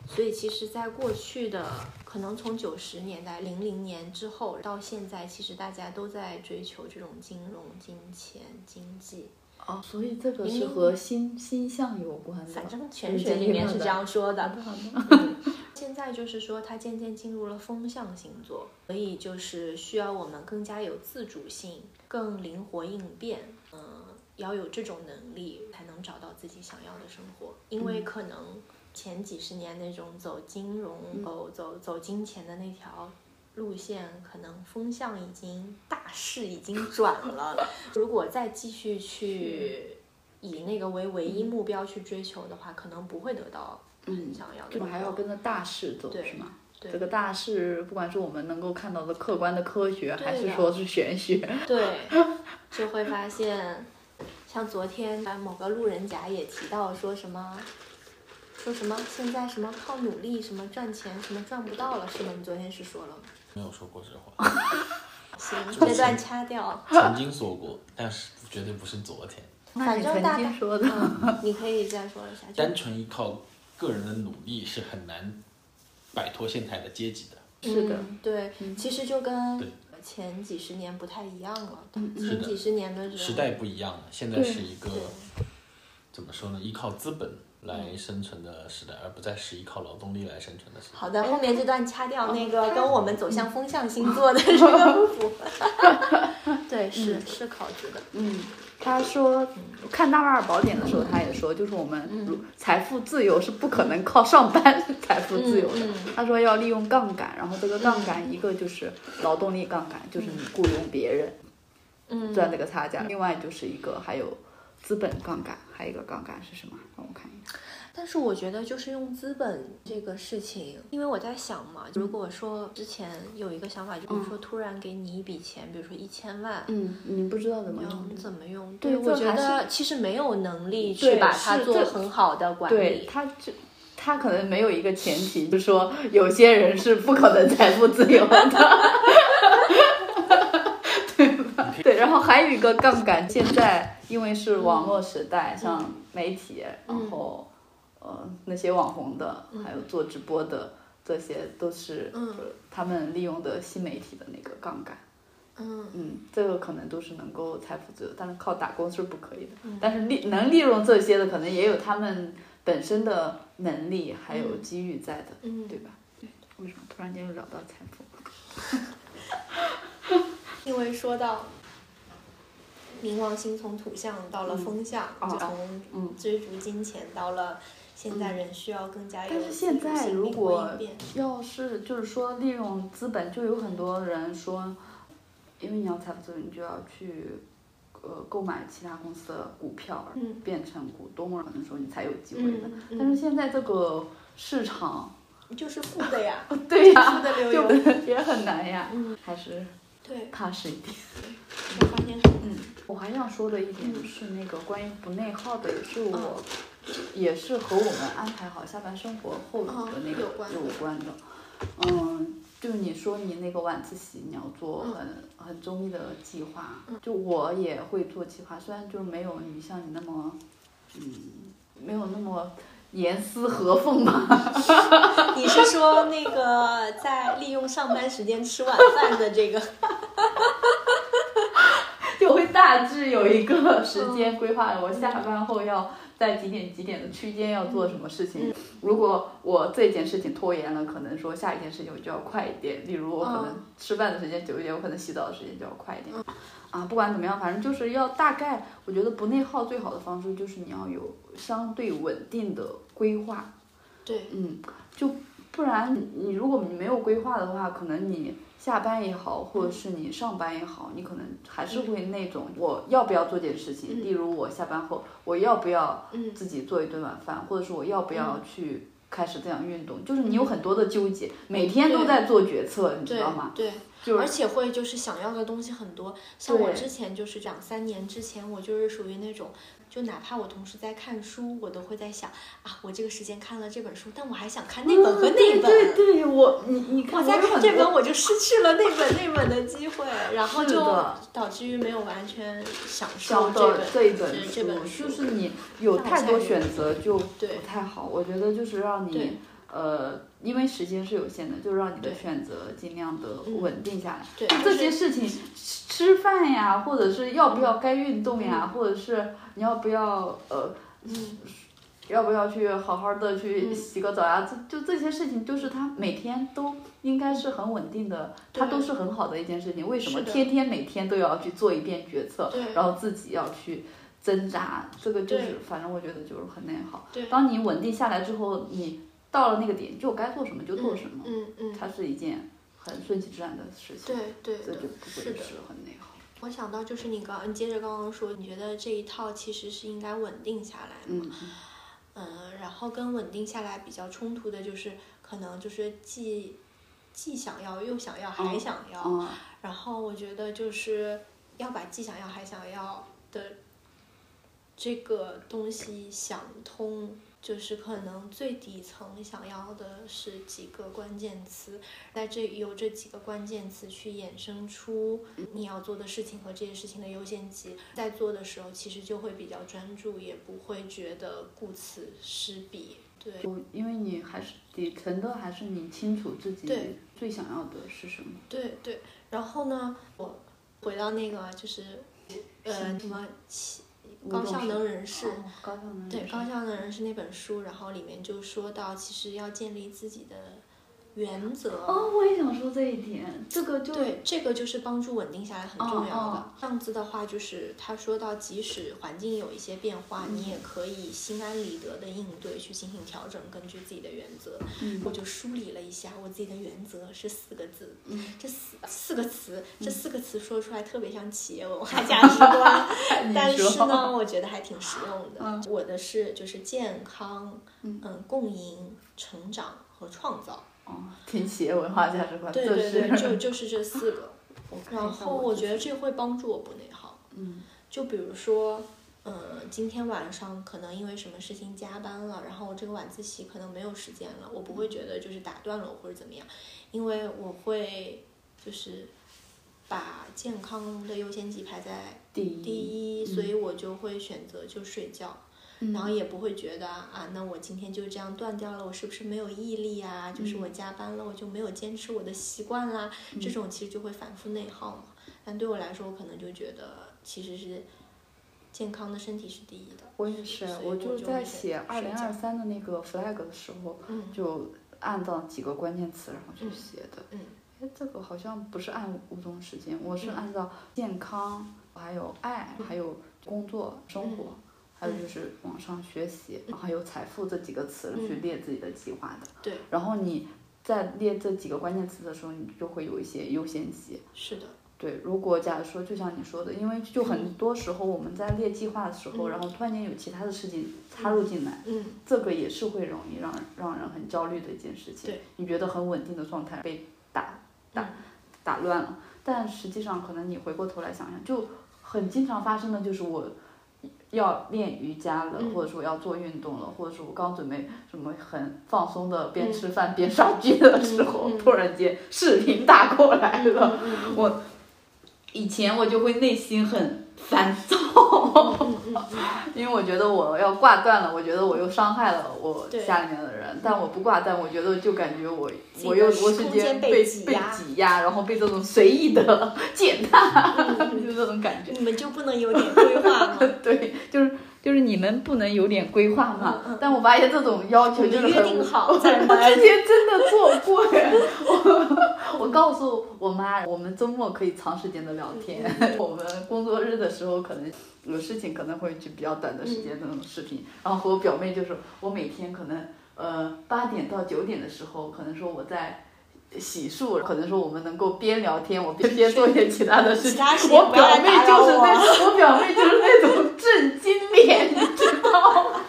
Speaker 1: 所以其实，在过去的可能从九十年代、零零年之后到现在，其实大家都在追求这种金融、金钱、经济，
Speaker 2: 哦，所以这个
Speaker 1: 明
Speaker 2: 是
Speaker 1: 明
Speaker 2: 和星星象有关的。
Speaker 1: 反正全学里面是这样说的。
Speaker 2: 好的
Speaker 1: 现在就是说，它渐渐进入了风象星座，所以就是需要我们更加有自主性，更灵活应变，嗯、要有这种能力，才能找到自己想要的生活。因为可能前几十年那种走金融、走走走金钱的那条。路线可能风向已经大势已经转了，如果再继续去以那个为唯一目标去追求的话，可能不会得到很想要的。
Speaker 2: 我们还要跟着大势走，
Speaker 1: 对
Speaker 2: 是吗？
Speaker 1: 对
Speaker 2: 这个大势，不管是我们能够看到的客观的科学，
Speaker 1: 对
Speaker 2: 还是
Speaker 1: 的
Speaker 2: 说是玄学，
Speaker 1: 对，就会发现，像昨天啊某个路人甲也提到说什么，说什么现在什么靠努力什么赚钱什么赚不到了，是吗？你昨天是说了吗？
Speaker 3: 没有说过这话，
Speaker 1: 行，
Speaker 3: 是
Speaker 1: 这段掐掉。
Speaker 3: 曾经说过，但是绝对不是昨天。
Speaker 2: 那你
Speaker 1: 反正
Speaker 2: 曾
Speaker 1: 大
Speaker 2: 经
Speaker 1: 概
Speaker 2: 说的，
Speaker 1: 嗯，你可以再说一下。
Speaker 3: 单
Speaker 1: 就
Speaker 3: 纯依靠个人的努力是很难摆脱现在的阶级的。
Speaker 2: 是 的，
Speaker 1: 嗯对，其实就跟
Speaker 3: 对
Speaker 1: 前几十年不太一样了。
Speaker 2: 嗯
Speaker 3: 是
Speaker 1: 前
Speaker 3: 的
Speaker 1: 几十年的这种
Speaker 3: 时代不一样了，现在
Speaker 2: 对
Speaker 3: 是一个
Speaker 1: 对
Speaker 3: 怎么说呢？依靠资本来生存的时代，而不再是依靠劳动力来生存的时代。
Speaker 1: 好的，后面这段掐掉那个跟我们走向风象星座的这个 不符。嗯 对，是是考据的。
Speaker 2: 嗯，他说看《纳瓦尔宝典》的时候，他也说，就是我们
Speaker 1: 嗯
Speaker 2: 如财富自由是不可能靠上班财富自由的
Speaker 1: 嗯。
Speaker 2: 他说要利用杠杆，然后这个杠杆一个就是劳动力杠杆，就是你雇佣别人
Speaker 1: 嗯，
Speaker 2: 赚这个差价；另外就是一个还有资本杠杆，还有一个杠杆是什么？让我看一下。
Speaker 1: 但是我觉得就是用资本这个事情，因为我在想嘛，如果说之前有一个想法，就比如说突然给你一笔钱，比如说一千万。
Speaker 2: 嗯，你不知道怎么
Speaker 1: 要
Speaker 2: 用。
Speaker 1: 嗯怎么用？
Speaker 2: 对
Speaker 1: 我
Speaker 2: 这
Speaker 1: 觉
Speaker 2: 还是
Speaker 1: 得其实没有能力去
Speaker 2: 对
Speaker 1: 把它
Speaker 2: 是
Speaker 1: 做
Speaker 2: 这
Speaker 1: 很好的管
Speaker 2: 对
Speaker 1: 理。
Speaker 2: 他就。他可能没有一个前提，就是说有些人是不可能财富自由的， 对，然后还有一个杠杆，现在因为是网络时代，像媒体，
Speaker 1: 嗯
Speaker 2: 然后呃那些网红的，还有做直播的，这些都是、
Speaker 1: 嗯
Speaker 2: 呃他们利用的新媒体的那个杠杆。
Speaker 1: 嗯，
Speaker 2: 嗯，这个可能都是能够财富自由，但是靠打工是不可以的。但是利能利用这些的，可能也有他们本身的能力还有机遇在的，
Speaker 1: 嗯
Speaker 2: 对吧？对，为什么突然间又聊到财富？
Speaker 1: 因为说到冥王星从土象到了风象，
Speaker 2: 嗯
Speaker 1: 就
Speaker 2: 哦
Speaker 1: 从追逐金钱到了现在人需要更加有
Speaker 2: 但是现在
Speaker 1: 自主性
Speaker 2: 如果
Speaker 1: 灵活应 变
Speaker 2: 要是就是说利用资本，就有很多人说，因为你要财富自由，你就要去呃购买其他公司的股票，
Speaker 1: 嗯
Speaker 2: 变成股东，可能说你才有机会的。
Speaker 1: 嗯，
Speaker 2: 但是现在这个市场，
Speaker 1: 嗯就是负的呀，
Speaker 2: 对呀、
Speaker 1: 负的流
Speaker 2: 就
Speaker 1: 油，
Speaker 2: 也很难呀，
Speaker 1: 嗯，
Speaker 2: 还是
Speaker 1: 对，
Speaker 2: 踏实一点。
Speaker 1: 我发现是
Speaker 2: 我还想说的一点是那个关于不内耗的，也是
Speaker 1: 嗯
Speaker 2: 我，也是和我们安排好下班生活后的那
Speaker 1: 嗯
Speaker 2: 个
Speaker 1: 有关的
Speaker 2: 有关的。嗯，就你说你那个晚自习，你要做
Speaker 1: 嗯
Speaker 2: 很、很周密的计划
Speaker 1: 嗯。
Speaker 2: 就我也会做计划，虽然就没有你像你那么，嗯，没有那么严丝合缝吧。
Speaker 1: 你是说那个在利用上班时间吃晚饭的这个？
Speaker 2: 就会大致有一个时间规划，我下班后要在几点几点的区间要做什么事情。如果我这件事情拖延了，可能说下一件事情我就要快一点。例如我可能
Speaker 1: 嗯
Speaker 2: 吃饭的时间久一点，我可能洗澡的时间就要快一点。啊，不管怎么样，反正就是要大概，我觉得不内耗最好的方式就是你要有相对稳定的规划。
Speaker 1: 对，
Speaker 2: 嗯，就不然你你如果你没有规划的话，可能你下班也好，或者是你上班也好，你可能还是会那种我要不要做这件事情？
Speaker 1: 嗯
Speaker 2: 例如我下班后，我要不要
Speaker 1: 嗯
Speaker 2: 自己做一顿晚饭，或者是我要不要去开始这样运动？就是你有很多的纠结，每天都
Speaker 1: 嗯对
Speaker 2: 在做决策，你知
Speaker 1: 对
Speaker 2: 道吗？
Speaker 1: 对，
Speaker 2: 就是
Speaker 1: 啊而且会就是想要的东西很多。像我
Speaker 2: 对
Speaker 1: 之前就是讲三年之前，我就是属于那种，就哪怕我同时在看书，我都会在想啊，我这个时间看了这本书，但我还想看那本和那
Speaker 2: 嗯对
Speaker 1: 本。
Speaker 2: 对对，我你你
Speaker 1: 我
Speaker 2: 看
Speaker 1: 在
Speaker 2: 有
Speaker 1: 看
Speaker 2: 很
Speaker 1: 这
Speaker 2: 多
Speaker 1: 本，我就失去了那本那本的机会，然后
Speaker 2: 是
Speaker 1: 就
Speaker 2: 的
Speaker 1: 导致于没有完全享受
Speaker 2: 教的
Speaker 1: 这本
Speaker 2: 这一本
Speaker 1: 这
Speaker 2: 书
Speaker 1: 这本，书
Speaker 2: 就是你有太多选择就不
Speaker 1: 对
Speaker 2: 太好。我觉得就是让
Speaker 1: 对
Speaker 2: 你呃，因为时间是有限的，就让你的
Speaker 1: 对
Speaker 2: 选择尽量的
Speaker 1: 嗯
Speaker 2: 稳定下来。
Speaker 1: 对
Speaker 2: 就
Speaker 1: 就
Speaker 2: 这
Speaker 1: 是
Speaker 2: 些事情，吃饭呀，或者是要不要该运动呀，或者是你要不要呃
Speaker 1: 嗯
Speaker 2: 要不要去好好的去
Speaker 1: 嗯
Speaker 2: 洗个澡呀？这就这些事情，就是它每天都应该是很稳定的，它
Speaker 1: 对
Speaker 2: 都是很好的一件事情。为什么
Speaker 1: 是的
Speaker 2: 天天每天都要去做一遍决策
Speaker 1: 对，
Speaker 2: 然后自己要去挣扎？这个就
Speaker 1: 对
Speaker 2: 是，反正我觉得就是很内耗
Speaker 1: 对。
Speaker 2: 当你稳定下来之后，你到了那个点，就该做什么就做什么，
Speaker 1: 嗯嗯，
Speaker 2: 它是一件很顺其自然的事情。
Speaker 1: 对对
Speaker 2: 这
Speaker 1: 对
Speaker 2: 就不会
Speaker 1: 是的。
Speaker 2: 是很内耗。
Speaker 1: 我想到就是你刚，你接着刚刚说，你觉得这一套其实是应该稳定下来嘛？
Speaker 2: 嗯，
Speaker 1: 嗯，然后跟稳定下来比较冲突的就是，可能就是既既想要又想要还
Speaker 2: 嗯
Speaker 1: 想要，
Speaker 2: 啊，
Speaker 1: 然后我觉得就是要把既想要还想要的这个东西想通，就是可能最底层想要的是几个关键词，在这由这几个关键词去衍生出你要做的事情和这些事情的优先级，在做的时候其实就会比较专注，也不会觉得顾此失彼。对，
Speaker 2: 就因为你还是底层的，还是你清楚自己
Speaker 1: 对
Speaker 2: 最想要的是什么。
Speaker 1: 对对，然后呢，我回到那个就是，呃，什么七
Speaker 2: 五
Speaker 1: 高
Speaker 2: 种
Speaker 1: 效
Speaker 2: 是
Speaker 1: 能人士，
Speaker 2: 哦高效能
Speaker 1: 对
Speaker 2: 人
Speaker 1: 《
Speaker 2: 士
Speaker 1: 高效能人士》那本书，然后里面就说到，其实要建立自己的原则。
Speaker 2: 哦，我也想说这一点，这个就
Speaker 1: 对，这个就是帮助稳定下来很重要的。
Speaker 2: 哦
Speaker 1: 这样子的话，就是他说到，即使环境有一些变化，你
Speaker 2: 嗯
Speaker 1: 也可以心安理得的应对，去进行调整，根据自己的原则。
Speaker 2: 嗯
Speaker 1: 我就梳理了一下我自己的原则是四个字，
Speaker 2: 嗯
Speaker 1: 这四四个词，这四个词说出来特别像企业文化价值观， 但是呢，我觉得还挺实用的。我的是就是健康，
Speaker 2: 嗯
Speaker 1: 共赢、成长和创造。
Speaker 2: 哦，挺企业文化价值观，
Speaker 1: 对
Speaker 2: 这
Speaker 1: 对
Speaker 2: 啊是
Speaker 1: 对，就就是这四个。
Speaker 2: 我看一下
Speaker 1: 然后
Speaker 2: 我
Speaker 1: 我觉得这会帮助我不内耗。
Speaker 2: 嗯，
Speaker 1: 就比如说，呃，今天晚上可能因为什么事情加班了，然后我这个晚自习可能没有时间了，我不会觉得就是打断了我或者怎么样，因为我会就是把健康的优先级排在
Speaker 2: 第一，
Speaker 1: 第一，所以我就会选择就睡觉。
Speaker 2: 嗯
Speaker 1: 然后也不会觉得啊，那我今天就这样断掉了，我是不是没有毅力啊？就是
Speaker 2: 嗯
Speaker 1: 我加班了，我就没有坚持我的习惯啦。这种其实就会反复内耗嘛。但对我来说，我可能就觉得其实是健康的身体是第一的。
Speaker 2: 我也是
Speaker 1: 所以，
Speaker 2: 我
Speaker 1: 我
Speaker 2: 就是
Speaker 1: 就
Speaker 2: 在
Speaker 1: 会
Speaker 2: 写二
Speaker 1: 睡
Speaker 2: 零
Speaker 1: 觉
Speaker 2: 二三的那个 flag 的时候，
Speaker 1: 嗯
Speaker 2: 就按照几个关键词然后去
Speaker 1: 嗯
Speaker 2: 写的。
Speaker 1: 嗯
Speaker 2: 哎，这个好像不是按五种时间，我是
Speaker 1: 嗯
Speaker 2: 按照健康、还有爱，还有工作、生活，
Speaker 1: 嗯
Speaker 2: 还有就是网上学习，还有财富这几个词去列自己的计划的。
Speaker 1: 嗯对。
Speaker 2: 然后你在列这几个关键词的时候，你就会有一些优先级。
Speaker 1: 是的，
Speaker 2: 对，如果假如说，就像你说的，因为就很多时候我们在列计划的时候，
Speaker 1: 嗯
Speaker 2: 然后突然间有其他的事情插入进来，
Speaker 1: 嗯，
Speaker 2: 这个也是会容易让让人很焦虑的一件事情。
Speaker 1: 对，
Speaker 2: 你觉得很稳定的状态被打打、打乱了，但实际上可能你回过头来想想，就很经常发生的就是我要练瑜伽了，
Speaker 1: 嗯
Speaker 2: 或者说要做运动了，或者说我刚准备什么很放松的边吃饭边刷剧的时候，
Speaker 1: 嗯嗯
Speaker 2: 突然间视频打过来了，
Speaker 1: 嗯嗯嗯
Speaker 2: 我以前我就会内心很烦躁，
Speaker 1: 嗯
Speaker 2: 因为我觉得我要挂断了，我觉得我又伤害了我
Speaker 1: 对
Speaker 2: 家里面的人，但我不挂断，我觉得就感觉我
Speaker 1: 自己的
Speaker 2: 我又我瞬
Speaker 1: 空
Speaker 2: 间
Speaker 1: 间
Speaker 2: 被
Speaker 1: 被
Speaker 2: 被
Speaker 1: 挤压
Speaker 2: 挤压，然后被这种随意的 践踏，
Speaker 1: 嗯
Speaker 2: 就这种感觉。
Speaker 1: 你们就不能有点规 划吗？
Speaker 2: 对，就是就是你们不能有点规划嘛，
Speaker 1: 嗯嗯
Speaker 2: 但我发现这种要
Speaker 1: 我
Speaker 2: 求
Speaker 1: 们
Speaker 2: 就是
Speaker 1: 约
Speaker 2: 很
Speaker 1: 定
Speaker 2: 无
Speaker 1: 好再
Speaker 2: 我
Speaker 1: 来
Speaker 2: 之。前真的做 过耶！我 我告诉我妈，我们周末可以长时间的
Speaker 1: 嗯
Speaker 2: 聊天， 我们工作日的时候可能有事情，可能会去比较短的时
Speaker 1: 嗯
Speaker 2: 间那种视频。然后和我表妹就是，我每天可能呃八点到九点的时候，可能说我在。洗漱，可能说我们能够边聊天，我边边做一些其他的事
Speaker 1: 其
Speaker 2: 情。
Speaker 1: 他时间
Speaker 2: 我
Speaker 1: 不要
Speaker 2: 表
Speaker 1: 来
Speaker 2: 妹
Speaker 1: 打
Speaker 2: 就
Speaker 1: 扰
Speaker 2: 是
Speaker 1: 我。
Speaker 2: 那，我表妹就是那 种震惊脸，你知道吗？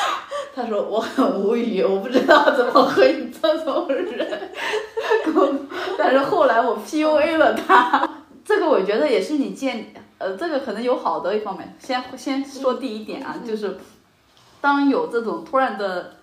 Speaker 2: 她说我很无语，我不知道怎么和你这种人。但是后来我 PUA 了她，这个我觉得也是你建，呃，这个可能有好的一方面。先先说第一点啊，就是当有这种突然的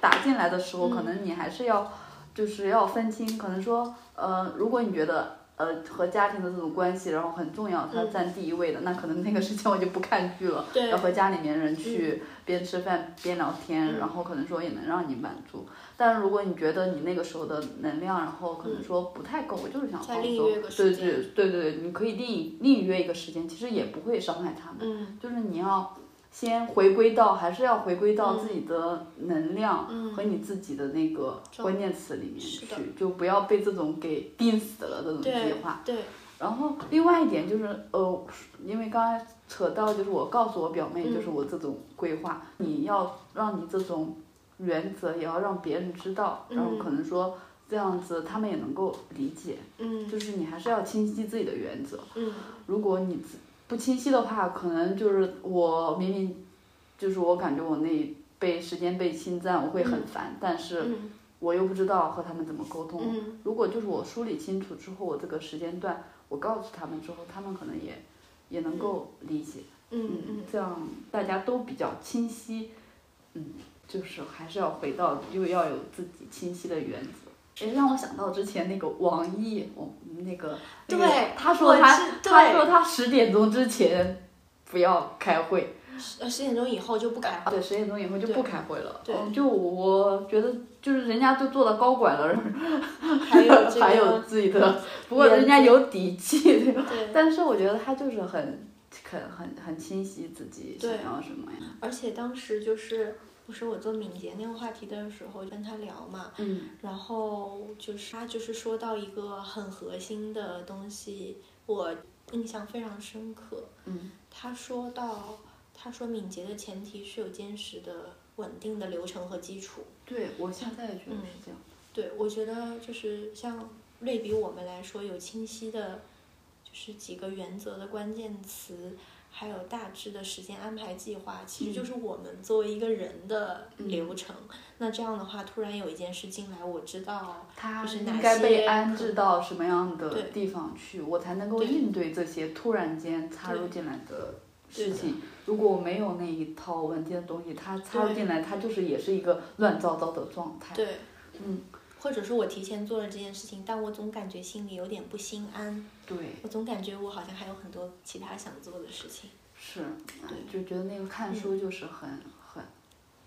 Speaker 2: 打进来的时候，
Speaker 1: 嗯
Speaker 2: 可能你还是要就是要分清，可能说，呃，如果你觉得呃和家庭的这种关系，然后很重要，它
Speaker 1: 嗯
Speaker 2: 占第一位的， 那可能那个事情我就不看剧了，
Speaker 1: 对
Speaker 2: 要和家里面人去边吃饭边聊
Speaker 1: 嗯
Speaker 2: 天，然后可能说也能让你满足。但如果你觉得你那个时候的能量，然后可能说不太够，我就是想
Speaker 1: 再
Speaker 2: 放松，
Speaker 1: 另约个
Speaker 2: 对
Speaker 1: 时
Speaker 2: 对
Speaker 1: 间
Speaker 2: 对对对，你可以另另约一个时间，其实也不会伤害他们。
Speaker 1: 嗯
Speaker 2: 就是你要先回归到，还是要回归到自己的能量
Speaker 1: 嗯
Speaker 2: 和你自己的那个
Speaker 1: 状
Speaker 2: 关键词里面去
Speaker 1: 是的，
Speaker 2: 就不要被这种给定死了这种计
Speaker 1: 对
Speaker 2: 嗯划。
Speaker 1: 对，
Speaker 2: 然后另外一点就是，呃，因为刚才扯到就是我告诉我表妹，
Speaker 1: 嗯
Speaker 2: 就是我这种规划，你要让你这种原则也要让别人知道，然后
Speaker 1: 嗯
Speaker 2: 可能说这样子他们也能够理解，
Speaker 1: 嗯
Speaker 2: 就是你还是要清晰自己的原则。
Speaker 1: 嗯
Speaker 2: 如果你自不清晰的话，可能就是我明明就是我感觉我那被时间被侵占，我会很烦，但是
Speaker 1: 嗯
Speaker 2: 我又不知道和他们怎么沟通。
Speaker 1: 嗯，
Speaker 2: 如果就是我梳理清楚之后，我这个时间段我告诉他们之后，他们可能也也能够理解。
Speaker 1: 嗯嗯，
Speaker 2: 这样大家都比较清晰。嗯，就是还是要回到又要有自己清晰的原则。哎，让我想到之前那个王毅，我那个那个
Speaker 1: 对
Speaker 2: 他说
Speaker 1: 我
Speaker 2: 他
Speaker 1: 是
Speaker 2: 他
Speaker 1: 对
Speaker 2: 说他十点钟之前不要开会，
Speaker 1: 呃，十点钟以后就不改。
Speaker 2: 对，十点钟以后就
Speaker 1: 对
Speaker 2: 不开会了。
Speaker 1: 对
Speaker 2: 嗯就我觉得就是人家就做到高管了，
Speaker 1: 还有这 个
Speaker 2: 还有自己 的，不过人家有底气， 对吧
Speaker 1: 对，
Speaker 2: 但是我觉得他就是很很很很清晰自己想
Speaker 1: 对
Speaker 2: 要什么呀。
Speaker 1: 而且当时就是不是我做敏捷那个话题的时候跟他聊嘛，
Speaker 2: 嗯
Speaker 1: 然后就是他就是说到一个很核心的东西，我印象非常深刻。
Speaker 2: 嗯
Speaker 1: 他说到，他说敏捷的前提是有坚实的、稳定的流程和基础。，
Speaker 2: 对我现在也觉得是这样。
Speaker 1: 对，我觉得就是像类比我们来说，有清晰的，就是几个原则的关键词，还有大致的时间安排计划，其实
Speaker 2: 嗯
Speaker 1: 就是我们作为一个人的流程。那这样的话，突然有一件事进来，我知道，
Speaker 2: 他
Speaker 1: 就是哪
Speaker 2: 应该被
Speaker 1: 些
Speaker 2: 安
Speaker 1: 可
Speaker 2: 置到什么样的
Speaker 1: 对
Speaker 2: 地方去，我才能够
Speaker 1: 对
Speaker 2: 应对这些突然间插入
Speaker 1: 对
Speaker 2: 进来的
Speaker 1: 对
Speaker 2: 事
Speaker 1: 的
Speaker 2: 情。如果我没有那一套稳定的东西，它插入
Speaker 1: 对
Speaker 2: 进来，它就是也是一个乱糟糟的状态。
Speaker 1: 对，
Speaker 2: 嗯，
Speaker 1: 或者说我提前做了这件事情，但我总感觉心里有点不心安，
Speaker 2: 对，
Speaker 1: 我总感觉我好像还有很多其他想做的事情。
Speaker 2: 是，就觉得那个看书就是很很
Speaker 1: 嗯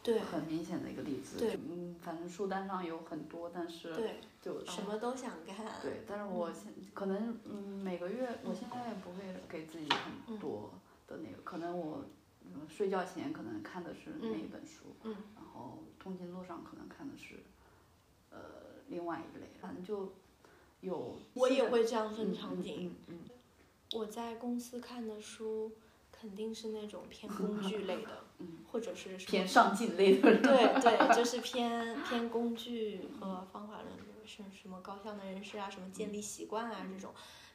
Speaker 1: 对
Speaker 2: 很明显的一个例子。
Speaker 1: 对
Speaker 2: 就嗯，反正书单上有很多，但是
Speaker 1: 对，
Speaker 2: 就嗯
Speaker 1: 什么都想干。
Speaker 2: 对，但
Speaker 1: 嗯
Speaker 2: 是我现可能嗯每个月，我现在也不会给自己很
Speaker 1: 嗯
Speaker 2: 多的那个，可能我嗯睡觉前可能看的是那一本书，
Speaker 1: 嗯
Speaker 2: 然后通勤路上可能看的是呃另外一类，反正就有
Speaker 1: 我也
Speaker 2: 限
Speaker 1: 会这样分
Speaker 2: 嗯
Speaker 1: 场景。
Speaker 2: 嗯嗯嗯
Speaker 1: 我在公司看的书肯定是那种偏工具类 的，或者是什么
Speaker 6: 偏上进类的。
Speaker 1: 对对，就是偏偏工具和方法论，什什么高效能人士啊，什么建立习惯啊这种。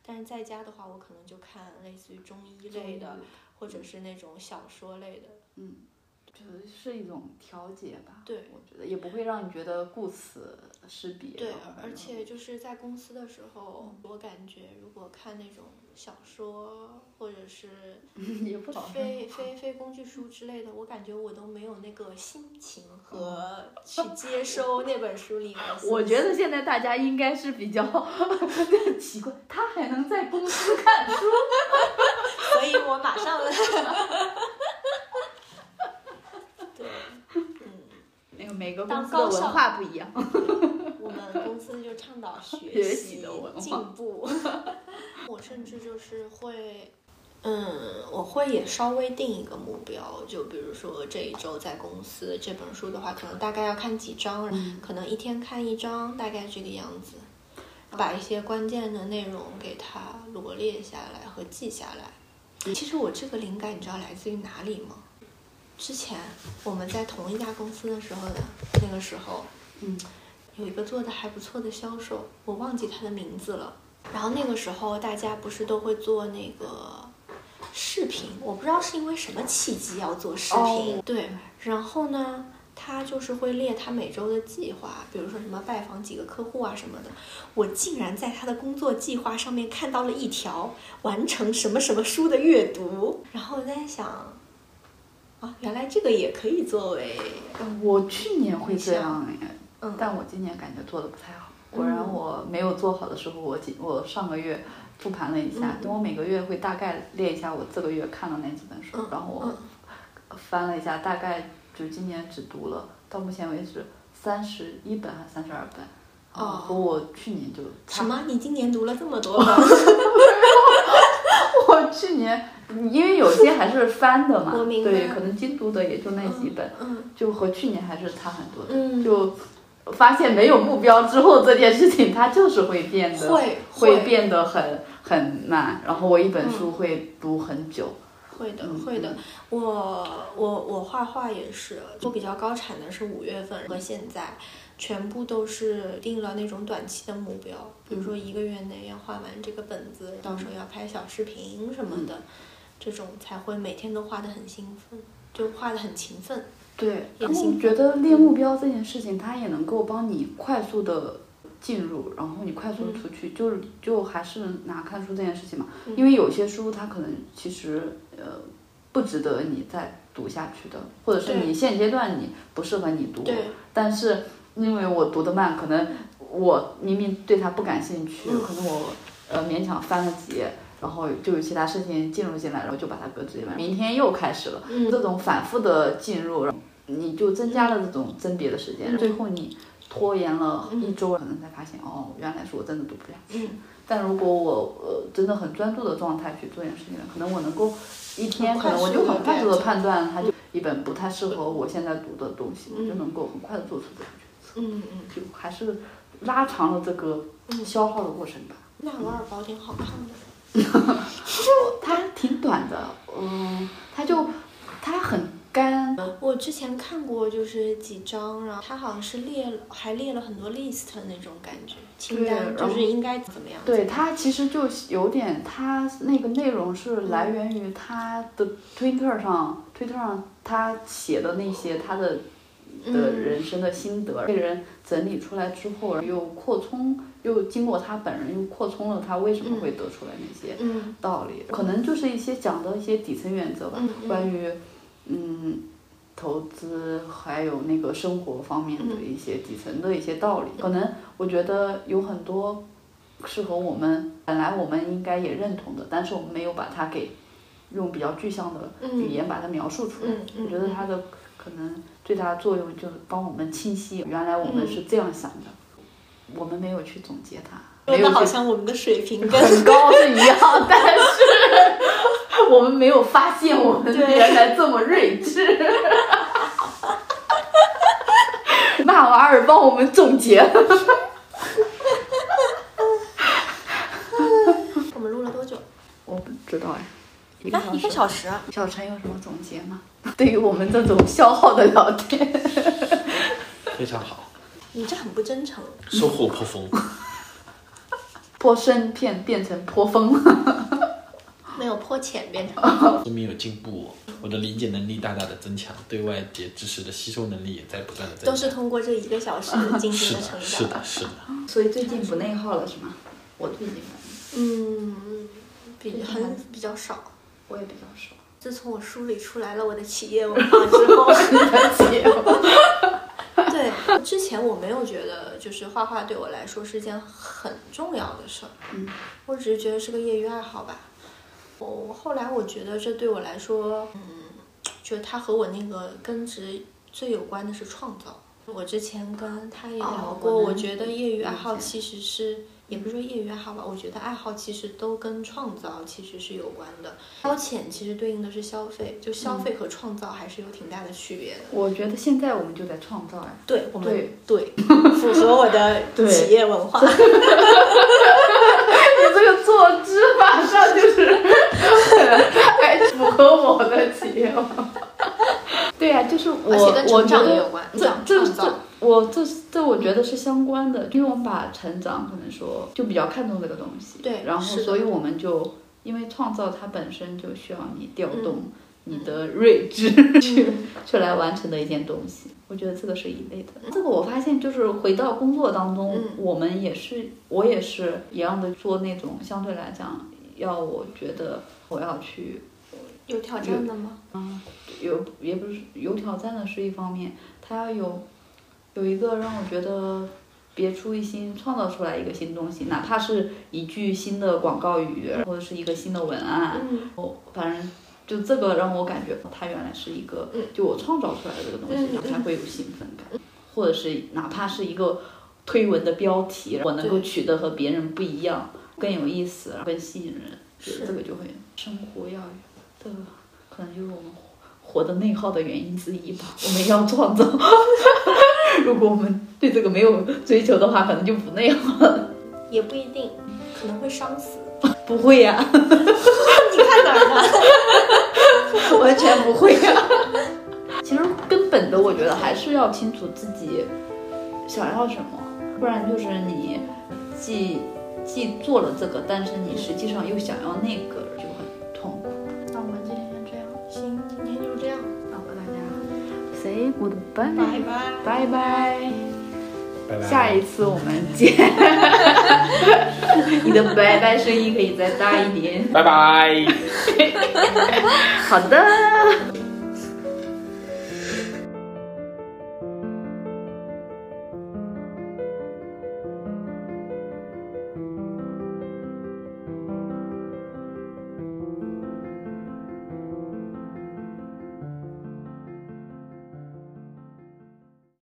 Speaker 1: 但是在家的话，我可能就看类似于中医类的，或者是那种小说类的。
Speaker 2: 就是是一种调节吧。
Speaker 1: 对，
Speaker 2: 我觉得也不会让你觉得顾此失彼。
Speaker 1: 对
Speaker 2: 然后，
Speaker 1: 而且就是在公司的时候，我感觉如果看那种小说或者是
Speaker 2: 也不啊少
Speaker 1: 非非非工具书之类的，我感觉我都没有那个心情和去接收那本书里面 的信息。
Speaker 2: 嗯我觉得现在大家应该是比较 奇怪，他还能在公司看 书，
Speaker 1: 所以我马 上 对，嗯，
Speaker 2: 那个每个
Speaker 1: 当
Speaker 2: 公司的
Speaker 1: 高校
Speaker 2: 文化不一样。
Speaker 1: 我们公司就倡导学
Speaker 2: 学习
Speaker 1: 习
Speaker 2: 的文化
Speaker 1: 进步。我甚至就是会，嗯，我会也稍微定一个目标，就比如说这一周在公司这本书的话，可能大概要看几章，
Speaker 2: 嗯
Speaker 1: 可能一天看一章，大概这个样子。
Speaker 2: 哦
Speaker 1: 把一些关键的内容给它罗列下来和记下来。其实我这个灵感，你知道来自于哪里吗？之前我们在同一家公司的时候的那个时候，
Speaker 2: 嗯，
Speaker 1: 有一个做的还不错的销售，我忘记他的名字了。然后那个时候大家不是都会做那个视频，我不知道是因为什么契机要做视频，对。然后呢，他就是会列他每周的计划，比如说什么拜访几个客户啊什么的。我竟然在他的工作计划上面看到了一条完成什么什么书的阅读，然后我在想。啊，原来这个也可以作为，
Speaker 2: 我去年会这样哎，
Speaker 1: 嗯，
Speaker 2: 但我今年感觉做的不太好。果然
Speaker 1: 嗯
Speaker 2: 我没有做好的时候，我今我上个月复盘了一下，
Speaker 1: 嗯
Speaker 2: 等我每个月会大概列一下我这个月看的那几本书，
Speaker 1: 嗯
Speaker 2: 然后我翻了一下，大概就今年只读了到目前为止三十一本还是三十二本，啊
Speaker 1: 哦
Speaker 2: 和我去年就差
Speaker 1: 什么？你今年读了这么多本？
Speaker 2: 我去年，因为有些还是翻的嘛
Speaker 1: ，我明白
Speaker 2: 对，可能精读的也就那几本，
Speaker 1: 嗯
Speaker 2: 就和去年还是差很多的。
Speaker 1: 嗯，
Speaker 2: 就发现没有目标之后，这件事情它就是会变得
Speaker 1: 会
Speaker 2: 会变得很很慢。然后我一本书会读很久，
Speaker 1: 会的
Speaker 2: 嗯
Speaker 1: 会的。我我我画画也是，我比较高产的是五月份和现在，全部都是定了那种短期的目标，比
Speaker 2: 嗯
Speaker 1: 如说一个月内要画完这个本子，到时候要拍小视频什么的，
Speaker 2: 嗯
Speaker 1: 这种才会每天都画得很兴奋，就画得很勤奋。
Speaker 2: 对。
Speaker 1: 也嗯
Speaker 2: 然后
Speaker 1: 兴
Speaker 2: 我
Speaker 1: 奋
Speaker 2: 觉得列目标这件事情，它也能够帮你快速的。进入，然后你快速地出去，就是就还是拿看书这件事情嘛，
Speaker 1: 嗯
Speaker 2: 因为有些书它可能其实呃不值得你再读下去的，或者是
Speaker 1: 对
Speaker 2: 你现阶段你不适合你读，
Speaker 1: 对，
Speaker 2: 但是因为我读得慢，可能我明明对它不感兴趣，
Speaker 1: 嗯
Speaker 2: 可能我呃勉强翻了几页，然后就有其他事情进入进来，然后就把它搁置进来，明天又开始了。
Speaker 1: 嗯
Speaker 2: 这种反复的进入，然后你就增加了这种甄别的时间，
Speaker 1: 嗯
Speaker 2: 最后你拖延了一周，可能才发现哦，原来是我真的读不下去。
Speaker 1: 嗯
Speaker 2: 但如果我呃真的很专注的状态去做一件事情，可能我能够一天，可
Speaker 1: 很快
Speaker 2: 能我
Speaker 1: 速
Speaker 2: 就
Speaker 1: 地
Speaker 2: 很快速
Speaker 1: 了
Speaker 2: 的
Speaker 1: 解
Speaker 2: 判断它就一本不太适合我现在读的东西，我就
Speaker 1: 嗯
Speaker 2: 能够很快的做出这个决
Speaker 1: 嗯嗯。
Speaker 2: 定，就还是拉长了这个
Speaker 1: 嗯
Speaker 2: 消耗的过程吧。
Speaker 1: 纳瓦尔宝典好看吗？
Speaker 2: 它挺短的，嗯，它就它很干，
Speaker 1: 我之前看过，就是几张，然后他好像是列了，还列了很多 list 的那种感觉清单，
Speaker 2: 对
Speaker 1: 就
Speaker 2: 然后
Speaker 1: 是应该怎么样。
Speaker 2: 对，它其实就有点，它那个内容是来源于它的 Twitter 上，Twitter 上他写的那些他的的
Speaker 1: 嗯
Speaker 2: 人生的心得，被人整理出来之后，又扩充，又经过他本人又扩充了他为什么会得出来那些
Speaker 1: 嗯
Speaker 2: 道理，可能就是一些讲的一些底层原则吧，
Speaker 1: 嗯嗯
Speaker 2: 关于嗯投资还有那个生活方面的一些底层的一些道理，可能我觉得有很多是和我们本来我们应该也认同的，但是我们没有把它给用比较具象的语言把它描述出来，
Speaker 1: 嗯嗯
Speaker 2: 我觉得它的可能最大的作用就是帮我们清晰原来
Speaker 1: 嗯
Speaker 2: 我们是这样想的，我们没有去总结它。
Speaker 1: 说
Speaker 2: 没有
Speaker 1: 的
Speaker 2: 去
Speaker 1: 好像我们的水平跟
Speaker 2: 很高是一样，但是我们没有发现我们原来这么睿智。纳瓦尔帮我们总结了，
Speaker 1: 我们录了多久？
Speaker 2: 我不哎
Speaker 1: 小时啊。
Speaker 7: 小陈有什么总结吗？
Speaker 2: 对于我们这种消耗的聊天，
Speaker 3: 非常好，
Speaker 1: 你这很不真诚。
Speaker 3: 收获颇丰。
Speaker 2: 泼深变变成泼风，
Speaker 1: 没有坡浅变成
Speaker 3: 说明有进步，我的理解能力大大的增强，对外界知识的吸收能力也在不断的增
Speaker 1: 都是
Speaker 3: 强。
Speaker 1: 通过这一个小时的精
Speaker 3: 是
Speaker 1: 心的成
Speaker 3: 的，
Speaker 1: 长。
Speaker 3: 是的，是的。
Speaker 7: 所以最近不内耗了是吗？我最近
Speaker 1: 嗯，比
Speaker 7: 对
Speaker 1: 很比较少。
Speaker 7: 我也比较 少。
Speaker 1: 自从我梳理出来了我的企业文化之后， 对之前我没有觉得就是画画对我来说是件很重要的事儿，
Speaker 7: 嗯，
Speaker 1: 我只是觉得是个业余爱好吧。我后来我觉得这对我来说，嗯，就它和我那个根植最有关的是创造。我之前跟他也聊
Speaker 7: 哦
Speaker 1: 过，
Speaker 7: 我
Speaker 1: 我
Speaker 7: 能
Speaker 1: 觉得业余爱好
Speaker 7: 理解
Speaker 1: 其实是，也不是说业余爱好吧，我觉得爱好其实都跟创造其实是有关的。消遣其实对应的是消费，就消
Speaker 7: 嗯
Speaker 1: 费和创造还是有挺大的区别的。
Speaker 7: 我觉得现在我们就在创造呀，
Speaker 1: 对，我们
Speaker 7: 对
Speaker 1: 对 符合我的
Speaker 7: 对
Speaker 1: 企业文化。
Speaker 2: 你这个坐姿马上就是还符合我的企业文化。对呀、就是我
Speaker 1: 而且跟
Speaker 2: 我
Speaker 1: 成
Speaker 2: 觉
Speaker 1: 长也
Speaker 2: 得
Speaker 1: 有关，
Speaker 2: 这
Speaker 1: 长
Speaker 2: 这
Speaker 1: 创
Speaker 2: 这
Speaker 1: 造。，
Speaker 2: 我这这我觉得是相关的，因为我们把成长可能说就比较看重这个东西，
Speaker 1: 对
Speaker 2: 然后
Speaker 1: 是的
Speaker 2: 所以我们就因为创造它本身就需要你调动
Speaker 1: 嗯
Speaker 2: 你的睿智、去去来完成的一件东西，我觉得这个是一类的。这个我发现就是回到工作当中，
Speaker 1: 嗯
Speaker 2: 我们也是我也是一样的做那种相对来讲要我觉得我要去
Speaker 1: 有挑战的吗？
Speaker 2: 有也不是有挑战的是一方面，它要有有一个让我觉得别出一新，创造出来一个新东西，哪怕是一句新的广告语，或者是一个新的文案，
Speaker 1: 嗯
Speaker 2: 我反正就这个让我感觉它原来是一个
Speaker 1: 嗯，
Speaker 2: 就我创造出来的这个东西，
Speaker 1: 嗯
Speaker 2: 然后才会有兴奋感，或者是哪怕是一个推文的标题，我能够取得和别人不一样，更有意思，更吸引人，就是这个就会生活要这个可能就是我们活的内耗的原因之一吧。我们要创造， 如果我们对这个没有追求的话，可能就不内耗了。
Speaker 1: 也不一定，可能会伤死。
Speaker 2: 不会呀、
Speaker 1: 你看哪儿 呢？
Speaker 2: 完全不会呀、 其实根本的，我觉得还是要清楚自己想要什么，不然就是你既既做了这个，但是你实际上又想要那个，就很痛。
Speaker 7: 那我们今天先这样，
Speaker 1: 行，今天就这样，
Speaker 7: 那我跟大家 say goodbye，
Speaker 1: 拜拜。
Speaker 7: 拜拜，
Speaker 3: 拜拜。
Speaker 2: 下一次我们见， 你的拜拜声音可以再大一点。
Speaker 3: 拜拜。
Speaker 2: 好的。